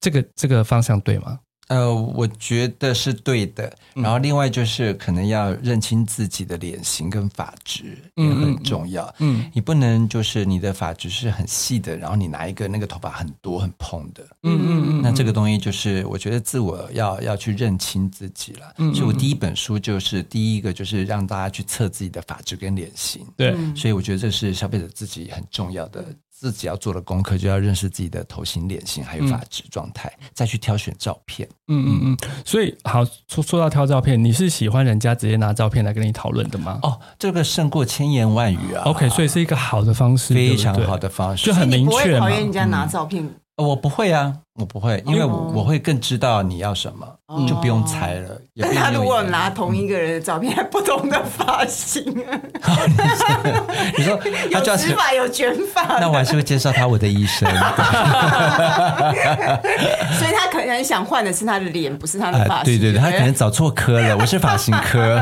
[SPEAKER 3] 这个这个方向对吗？
[SPEAKER 1] 呃，我觉得是对的。然
[SPEAKER 3] 嗯
[SPEAKER 1] 后另外就是可能要认清自己的脸型跟发质也
[SPEAKER 3] 嗯嗯
[SPEAKER 1] 很
[SPEAKER 3] 嗯
[SPEAKER 1] 重要。
[SPEAKER 3] 嗯
[SPEAKER 1] 你不能就是你的发质是很细的，然后你拿一个那个头发很多很蓬的，
[SPEAKER 2] 嗯
[SPEAKER 1] 那这个东西就是我觉得自我要要去认清自己了。
[SPEAKER 3] 嗯嗯
[SPEAKER 1] 所以我第一本书就是第一个就是让大家去测自己的发质跟脸型。嗯
[SPEAKER 3] 对，
[SPEAKER 1] 所以我觉得这是消费者自己很重要的，自己要做的功课，就要认识自己的头型、脸型还有发质状态，再去挑选照片。
[SPEAKER 3] 嗯嗯嗯。所以好说说到挑照片，你是喜欢人家直接拿照片来跟你讨论的吗、
[SPEAKER 1] 哦，这个胜过千言万语啊
[SPEAKER 3] o k 所以是一个好的方式，
[SPEAKER 1] 非常
[SPEAKER 3] 对不对
[SPEAKER 1] 好的方式。
[SPEAKER 3] 就很
[SPEAKER 2] 你
[SPEAKER 3] 明
[SPEAKER 2] 不会
[SPEAKER 3] 确
[SPEAKER 1] 嗯
[SPEAKER 3] 嘛
[SPEAKER 2] 讨厌人家拿照片，
[SPEAKER 1] 呃我不会啊，我不会，因为我、
[SPEAKER 2] 哦
[SPEAKER 1] 我会更知道你要什么，
[SPEAKER 2] 哦
[SPEAKER 1] 就不用猜了。也不
[SPEAKER 2] 但
[SPEAKER 1] 一定
[SPEAKER 2] 他如果
[SPEAKER 1] 有一样
[SPEAKER 2] 拿同一个人的照片，还不同的发 型，
[SPEAKER 1] 你说他
[SPEAKER 2] 有
[SPEAKER 1] 就要
[SPEAKER 2] 直发有卷发
[SPEAKER 1] 那，我还是会介绍他我的医 生。啊
[SPEAKER 2] 所以他可能想换的是他的脸，不是他的
[SPEAKER 1] 啊，
[SPEAKER 2] 发
[SPEAKER 1] 对
[SPEAKER 2] 型。
[SPEAKER 1] 对对，他可能找错科了，我是发型 科，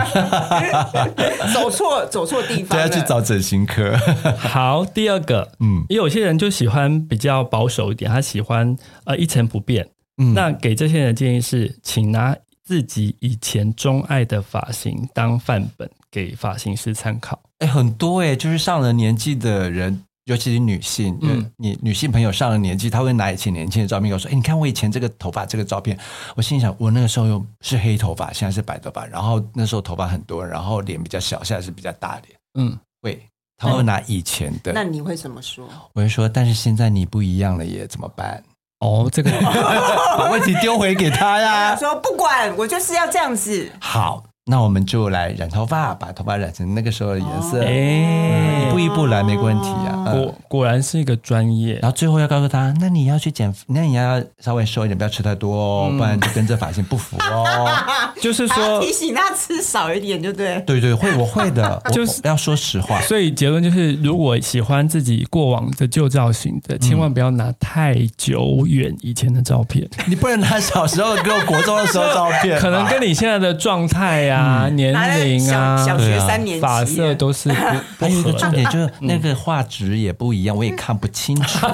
[SPEAKER 2] 走错走错地方
[SPEAKER 1] 对，
[SPEAKER 2] 了。
[SPEAKER 1] 要去找整形科。
[SPEAKER 3] 好，第二个，
[SPEAKER 1] 嗯
[SPEAKER 3] 嗯，也有些人就喜欢比较保守一点，他喜欢呃一成不变。
[SPEAKER 1] 嗯
[SPEAKER 3] 那给这些人的建议是，请拿自己以前钟爱的发型当范本给发型师参考。
[SPEAKER 1] 哎，很多哎，就是上了年纪的人，尤其是女性，
[SPEAKER 3] 嗯
[SPEAKER 1] 嗯，你女性朋友上了年纪，她会拿以前年轻的照片跟我说：“哎，你看我以前这个头发，这个照片。”我心里想，我那个时候又是黑头发，现在是白头发，然后那时候头发很多，然后脸比较小，现在是比较大脸。
[SPEAKER 3] 嗯，
[SPEAKER 1] 会，他会拿以前的。
[SPEAKER 2] 那你会怎么说？
[SPEAKER 1] 我就说，但是现在你不一样了耶，怎么办？
[SPEAKER 3] 哦， 这个
[SPEAKER 1] 把问题丢回给他
[SPEAKER 2] 他
[SPEAKER 1] 呀。
[SPEAKER 2] 说不管，我就是要这样子。
[SPEAKER 1] 好，那我们就来染头发，把头发染成那个时候的颜色，
[SPEAKER 2] 哦
[SPEAKER 1] 嗯
[SPEAKER 3] 哎
[SPEAKER 1] 一步一步来，没问题呀、嗯
[SPEAKER 3] 果果然是一个专业。
[SPEAKER 1] 然后最后要告诉他，那你要去减，那你要稍微瘦一点，不要吃太多哦，
[SPEAKER 3] 嗯
[SPEAKER 1] 不然就跟这发型不符哦。
[SPEAKER 3] 就是
[SPEAKER 2] 还要
[SPEAKER 3] 说
[SPEAKER 2] 提，醒他吃少一点，就对。
[SPEAKER 1] 对对，会我会的，我
[SPEAKER 3] 就是
[SPEAKER 1] 要说实话。
[SPEAKER 3] 所以结论就是，如果喜欢自己过往的旧造型的，千万不要拿太久远以前的照片，
[SPEAKER 1] 你不能拿小时候跟我国中的时候照片吧，
[SPEAKER 3] 可能跟你现在的状态呀、年
[SPEAKER 2] 拿来
[SPEAKER 3] 龄
[SPEAKER 2] 小
[SPEAKER 3] 啊、
[SPEAKER 2] 小
[SPEAKER 1] 嗯对
[SPEAKER 2] 学
[SPEAKER 1] 啊
[SPEAKER 2] 三年级，
[SPEAKER 3] 发色都是不
[SPEAKER 1] 还有一
[SPEAKER 3] 不
[SPEAKER 1] 个
[SPEAKER 3] 嗯合
[SPEAKER 1] 重
[SPEAKER 3] 的。
[SPEAKER 1] 点 就是那个画质也不一样，我也看不清楚，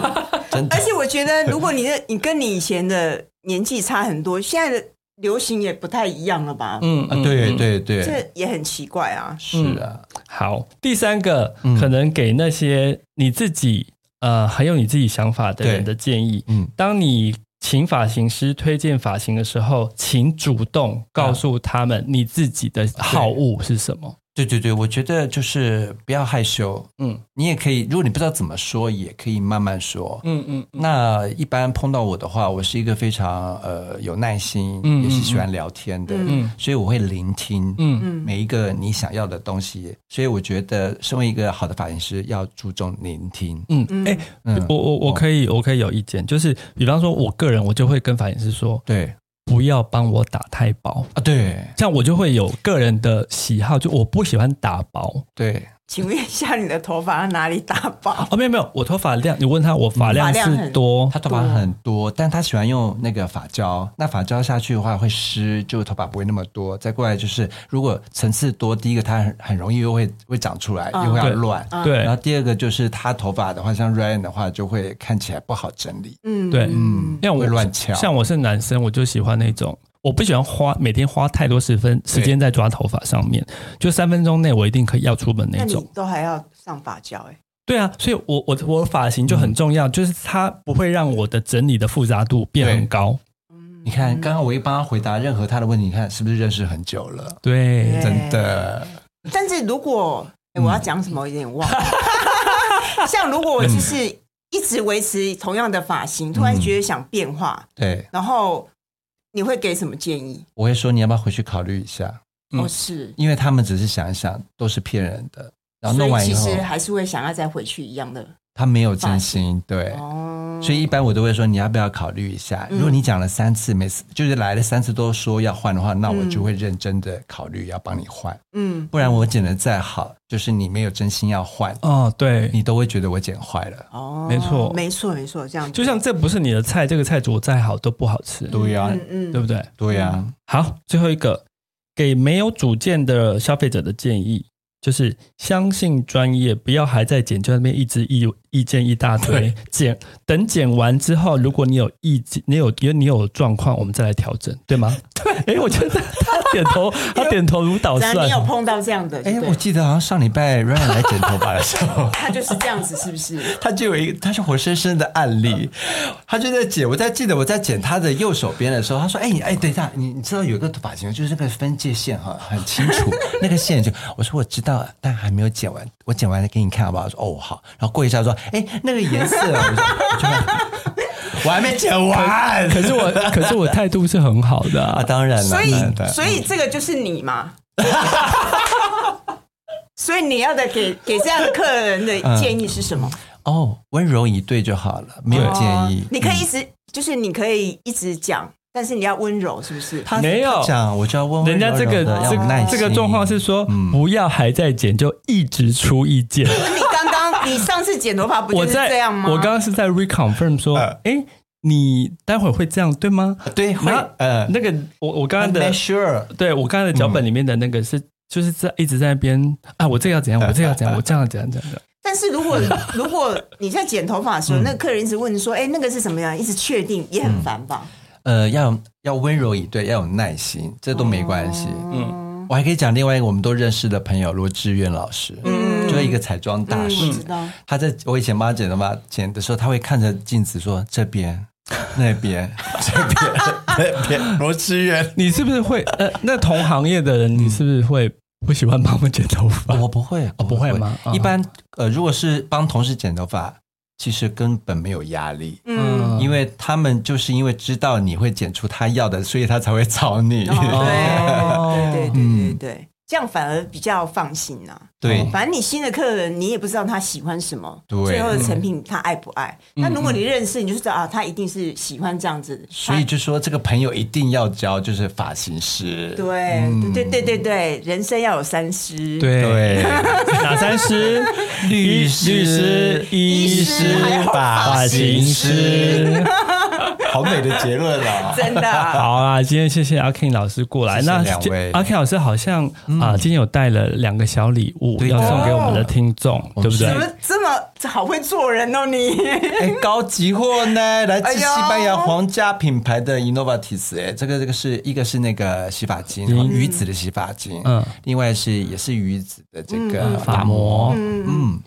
[SPEAKER 1] 真的
[SPEAKER 2] 而。且我觉得，如果你的你跟你以前的年纪差很多，现在的流行也不太一样了吧？
[SPEAKER 3] 嗯
[SPEAKER 1] 啊，对。对对，
[SPEAKER 2] 这也很奇怪啊。
[SPEAKER 1] 是啊，
[SPEAKER 3] 好，第三个、
[SPEAKER 1] 嗯
[SPEAKER 3] 可能给那些你自己呃很有你自己想法的人
[SPEAKER 1] 对
[SPEAKER 3] 的建议。
[SPEAKER 1] 嗯
[SPEAKER 3] 当你请发型师推荐发型的时候，请主动告诉他们你自己的好恶是什么。
[SPEAKER 1] 对对对，我觉得就是不要害羞，
[SPEAKER 3] 嗯
[SPEAKER 1] 你也可以，如果你不知道怎么说，也可以慢慢说。
[SPEAKER 3] 嗯嗯嗯
[SPEAKER 1] 那一般碰到我的话，我是一个非常呃有耐心，
[SPEAKER 3] 嗯
[SPEAKER 1] 也是喜欢聊天的，
[SPEAKER 2] 嗯
[SPEAKER 1] 所以我会聆听
[SPEAKER 3] 嗯
[SPEAKER 2] 嗯，
[SPEAKER 1] 每一个你想要的东西。所以我觉得，身为一个好的发型师，要注重聆听。
[SPEAKER 3] 嗯，哎、
[SPEAKER 1] 嗯，
[SPEAKER 3] 我我我可以我可以有意见，就是比方说，我个人我就会跟发型师说，
[SPEAKER 1] 对
[SPEAKER 3] 不要帮我打太薄。
[SPEAKER 1] 啊，对
[SPEAKER 3] 像我就会有个人的喜好，就我不喜欢打薄
[SPEAKER 1] 对，
[SPEAKER 2] 请问一下，你的头发哪里打薄？
[SPEAKER 3] 哦，没有没有，我头发量，你问他我发量
[SPEAKER 2] 发量
[SPEAKER 3] 是
[SPEAKER 2] 很
[SPEAKER 3] 多，
[SPEAKER 1] 他头发很多，但他喜欢用那个发胶。那发胶下去的话会湿，就头发不会那么多。再过来就是，如果层次多，第一个它很很容易又会会长出来，
[SPEAKER 2] 嗯
[SPEAKER 1] 又会要
[SPEAKER 3] 啊对
[SPEAKER 1] 乱。
[SPEAKER 3] 对
[SPEAKER 1] 然后第二个就是他头发的话，像 Ryan 的话，就会看起来不好整理，
[SPEAKER 2] 嗯，
[SPEAKER 3] 对
[SPEAKER 2] 嗯，
[SPEAKER 3] 像我
[SPEAKER 1] 会乱翘。
[SPEAKER 3] 像我是男生，我就喜欢那种，我不喜欢花每天花太多时分时间在抓头发上面，就三分钟内我一定可以要出门那
[SPEAKER 2] 那你
[SPEAKER 3] 种。
[SPEAKER 2] 都还要上发胶哎。
[SPEAKER 3] 对啊，所以我我我的发型就很重要，就是它不会让我的整理的复杂度变很高。
[SPEAKER 2] 嗯
[SPEAKER 1] 你看，刚刚我一帮他回答任何他的问题，你看是不是认识很久了？
[SPEAKER 3] 对，
[SPEAKER 2] 对
[SPEAKER 1] 真的，
[SPEAKER 2] 但是如果、诶
[SPEAKER 1] 嗯
[SPEAKER 2] 我要讲什么，我有点忘了。 像如果我就是一直维持同样的发型，突然觉得想变化，
[SPEAKER 1] 对，
[SPEAKER 2] 然后你会给什么建议？
[SPEAKER 1] 我会说你要不要回去考虑一下，
[SPEAKER 3] 嗯
[SPEAKER 2] 哦，是，
[SPEAKER 1] 因为他们只是想一想，都是骗人的。然后弄
[SPEAKER 2] 所以
[SPEAKER 1] 完以
[SPEAKER 2] 其
[SPEAKER 1] 后
[SPEAKER 2] 实，还是会想要再回去一样的。
[SPEAKER 1] 他没有真心，对，
[SPEAKER 2] 哦，嗯
[SPEAKER 1] 所以一般我都会说你要不要考虑一下。如果你讲了三次，每次就是来了三次都说要换的话，那我就会认真的考虑要帮你换。
[SPEAKER 2] 嗯，
[SPEAKER 1] 不然我剪的再好，就是你没有真心要换，
[SPEAKER 3] 哦，对，
[SPEAKER 1] 你都会觉得我剪坏了。
[SPEAKER 2] 哦，
[SPEAKER 3] 没错
[SPEAKER 2] 没错，没错，这样
[SPEAKER 3] 就像这不是你的菜，这个菜煮再好都不好吃，
[SPEAKER 1] 对呀、
[SPEAKER 2] 嗯嗯，
[SPEAKER 3] 对不对？
[SPEAKER 1] 对呀、
[SPEAKER 3] 好，最后一个给没有主见的消费者的建议就是相信专业，不要还在剪就在那边一直意意见一大堆。剪等剪完之后，如果你有意见，你有因为你有状况，我们再来调整，对吗？对。哎，我觉得他点头，他点头如捣
[SPEAKER 2] 只要
[SPEAKER 3] 蒜
[SPEAKER 2] 你。有碰到这样的，
[SPEAKER 1] 哦哎，
[SPEAKER 2] 对，
[SPEAKER 1] 我记得好像上礼拜 Ryan 来剪头发的时候
[SPEAKER 2] 他就是这样子，是不是？
[SPEAKER 1] 他就有一个，他是活生生的案例，他就在剪，我在记得我在剪他的右手边的时候，他说：“哎，你哎，等一下，你你知道有一个发型，就是那个分界线哈，很清楚，那个线就……我说我知道，但还没有剪完，我剪完了给你看好不好？”我说：“哦，好。”然后过一下说：“哎，那个颜色，我说我就会我还没剪完。”
[SPEAKER 3] 可是我，可是我态度是很好的
[SPEAKER 1] 啊，
[SPEAKER 3] 啊。
[SPEAKER 1] 当然了，
[SPEAKER 2] 所以
[SPEAKER 1] 当然了，
[SPEAKER 2] 所以这个就是你嘛。
[SPEAKER 3] 嗯
[SPEAKER 2] 所以你要的给给这样的客人的建议是什么？
[SPEAKER 1] 哦，温柔以对就好了，没有
[SPEAKER 3] 嗯
[SPEAKER 1] 建议嗯
[SPEAKER 2] 哦。你可以一直就是你可以一直讲，但是你要温柔，是不 是？
[SPEAKER 1] 他
[SPEAKER 3] 没有
[SPEAKER 1] 他讲，我就要问
[SPEAKER 3] 人家这个
[SPEAKER 2] 要
[SPEAKER 3] 这
[SPEAKER 2] 有耐
[SPEAKER 3] 个这
[SPEAKER 2] 心嗯
[SPEAKER 3] 个状况是说，不要还在剪，就一直出意见。
[SPEAKER 2] 你刚刚你上次剪头发不就
[SPEAKER 3] 我
[SPEAKER 2] 是
[SPEAKER 3] 在
[SPEAKER 2] 这样吗？
[SPEAKER 3] 我刚刚是在 reconfirm 说，
[SPEAKER 1] 呃
[SPEAKER 3] 哎，你待会儿会这样对吗？
[SPEAKER 1] 对会
[SPEAKER 3] 那
[SPEAKER 1] 呃，
[SPEAKER 3] 那个我我刚刚的
[SPEAKER 1] make sure
[SPEAKER 3] 对我刚才的脚本里面的那个是，就是在一直在那边啊，我这个要怎样，我这个要怎样，我这样怎样怎样怎样。
[SPEAKER 2] 但是如 果如果你在剪头发的时
[SPEAKER 3] 嗯
[SPEAKER 2] 候，那个客人一直问说：“哎、那个是什么呀？”一直确定也很烦吧？
[SPEAKER 1] 呃，要要温柔以对，要有耐心，这都没关系。
[SPEAKER 2] 嗯
[SPEAKER 1] 我还可以讲另外一个我们都认识的朋友罗志远老师，
[SPEAKER 2] 嗯
[SPEAKER 1] 就是一个彩妆
[SPEAKER 2] 嗯，
[SPEAKER 1] 大师
[SPEAKER 2] 我。知道。
[SPEAKER 1] 他在我以前帮他剪头发剪的时候，他会看着镜子说这边、那边、这 边、那边。罗志远，
[SPEAKER 3] 你是不是会呃，那同行业的人，你是不是会不喜欢帮我们剪头发？
[SPEAKER 1] 哦我不会，我
[SPEAKER 3] 呃不会吗嗯
[SPEAKER 1] 一般呃，如果是帮同事剪头发，其实根本没有压力。
[SPEAKER 2] 嗯，
[SPEAKER 1] 因为他们就是因为知道你会剪出他要的，所以他才会找你。
[SPEAKER 2] 哦
[SPEAKER 3] 哦
[SPEAKER 2] 对对对对对对，这样反而比较放心啊呐、
[SPEAKER 1] 对
[SPEAKER 2] 反正你新的客人，你也不知道他喜欢什么，
[SPEAKER 1] 嗯对嗯
[SPEAKER 2] 最后的成品他爱不爱。那、如果你认识，你就知道啊，他一定是喜欢这样子的。
[SPEAKER 1] 所以就说这个朋友一定要交，就是发型师。
[SPEAKER 2] 他对、对对对对，人生要有三思。。
[SPEAKER 3] 对，
[SPEAKER 1] 嗯对，
[SPEAKER 3] 哪三师？
[SPEAKER 1] 律师
[SPEAKER 3] 律师、医
[SPEAKER 2] 医师还有
[SPEAKER 3] 发
[SPEAKER 2] 发
[SPEAKER 3] 型
[SPEAKER 2] 型
[SPEAKER 3] 师。
[SPEAKER 1] 好美的结论啊！
[SPEAKER 2] 真 的 啊、
[SPEAKER 3] 好啊，今天谢谢阿 King 老师过来。
[SPEAKER 1] 谢谢
[SPEAKER 3] 那
[SPEAKER 1] 两位
[SPEAKER 3] 阿 King 老师好像啊，今天有带了两个小礼物
[SPEAKER 1] 对
[SPEAKER 3] 要送给我们的听众，对不对
[SPEAKER 2] 怎？么这么好会做人哦你？
[SPEAKER 1] 哎，高级货呢，来自
[SPEAKER 2] 哎呦
[SPEAKER 1] 西班牙皇家品牌的 Innovatis，哎，这个这个是一个是那个洗发精，
[SPEAKER 3] 嗯
[SPEAKER 1] 鱼子的洗发精，
[SPEAKER 3] 嗯
[SPEAKER 1] 嗯，另外是也是鱼子的这个
[SPEAKER 3] 发膜，
[SPEAKER 1] 嗯，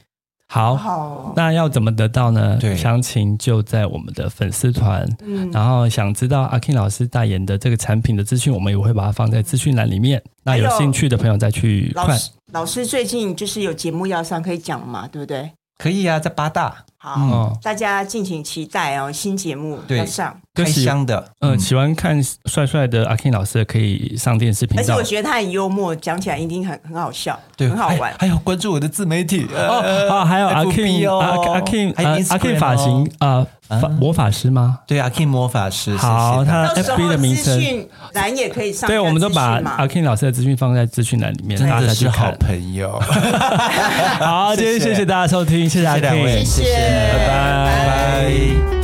[SPEAKER 3] 好。
[SPEAKER 2] 好，
[SPEAKER 3] 那要怎么得到呢？
[SPEAKER 1] 对
[SPEAKER 3] 详情就在我们的粉丝团。然后想知道阿 King 老师代言的这个产品的资讯，我们也会把它放在资讯栏里面。那有
[SPEAKER 2] 还有
[SPEAKER 3] 兴趣的朋友再去
[SPEAKER 2] 老
[SPEAKER 3] 看。
[SPEAKER 2] 师老师最近就是有节目要上，可以讲嘛，对不对？
[SPEAKER 1] 可以啊，在八大
[SPEAKER 2] 好，
[SPEAKER 3] 哦
[SPEAKER 2] 大家敬请期待哦，新节目
[SPEAKER 1] 嗯对
[SPEAKER 2] 要上，
[SPEAKER 1] 开
[SPEAKER 3] 就是
[SPEAKER 1] 箱的，
[SPEAKER 3] 嗯，喜欢看帅帅的阿 King 老师可以上电视频
[SPEAKER 2] 而且
[SPEAKER 3] 道
[SPEAKER 2] 我。觉得他很幽默，讲起来一定很很好笑，
[SPEAKER 1] 对，
[SPEAKER 2] 很好玩
[SPEAKER 1] 还。还有关注我的自媒体呃
[SPEAKER 3] 哦 啊，还有阿
[SPEAKER 1] FB
[SPEAKER 3] King
[SPEAKER 1] 哦
[SPEAKER 3] 阿阿 King
[SPEAKER 1] 还有
[SPEAKER 3] 呃阿
[SPEAKER 1] Instagram 嗯
[SPEAKER 3] King
[SPEAKER 1] 哦
[SPEAKER 3] 发型啊，发魔法师吗？
[SPEAKER 1] 对啊，King 魔法师，谢谢
[SPEAKER 3] 好他
[SPEAKER 2] 到时
[SPEAKER 3] FB
[SPEAKER 2] 候
[SPEAKER 3] 的名称
[SPEAKER 2] 资讯栏也可以上，
[SPEAKER 3] 对，我们都把啊
[SPEAKER 2] 嘛
[SPEAKER 3] 阿。King 老师的资讯放在资讯栏里面，
[SPEAKER 1] 真
[SPEAKER 3] 大家
[SPEAKER 1] 的
[SPEAKER 3] 再去
[SPEAKER 1] 是好
[SPEAKER 3] 看。
[SPEAKER 1] 朋友，
[SPEAKER 3] 好，今天
[SPEAKER 1] 谢谢
[SPEAKER 3] 谢谢大家收听，谢谢阿
[SPEAKER 1] 谢谢两
[SPEAKER 3] King，
[SPEAKER 1] 位，
[SPEAKER 2] 谢谢
[SPEAKER 1] 拜拜。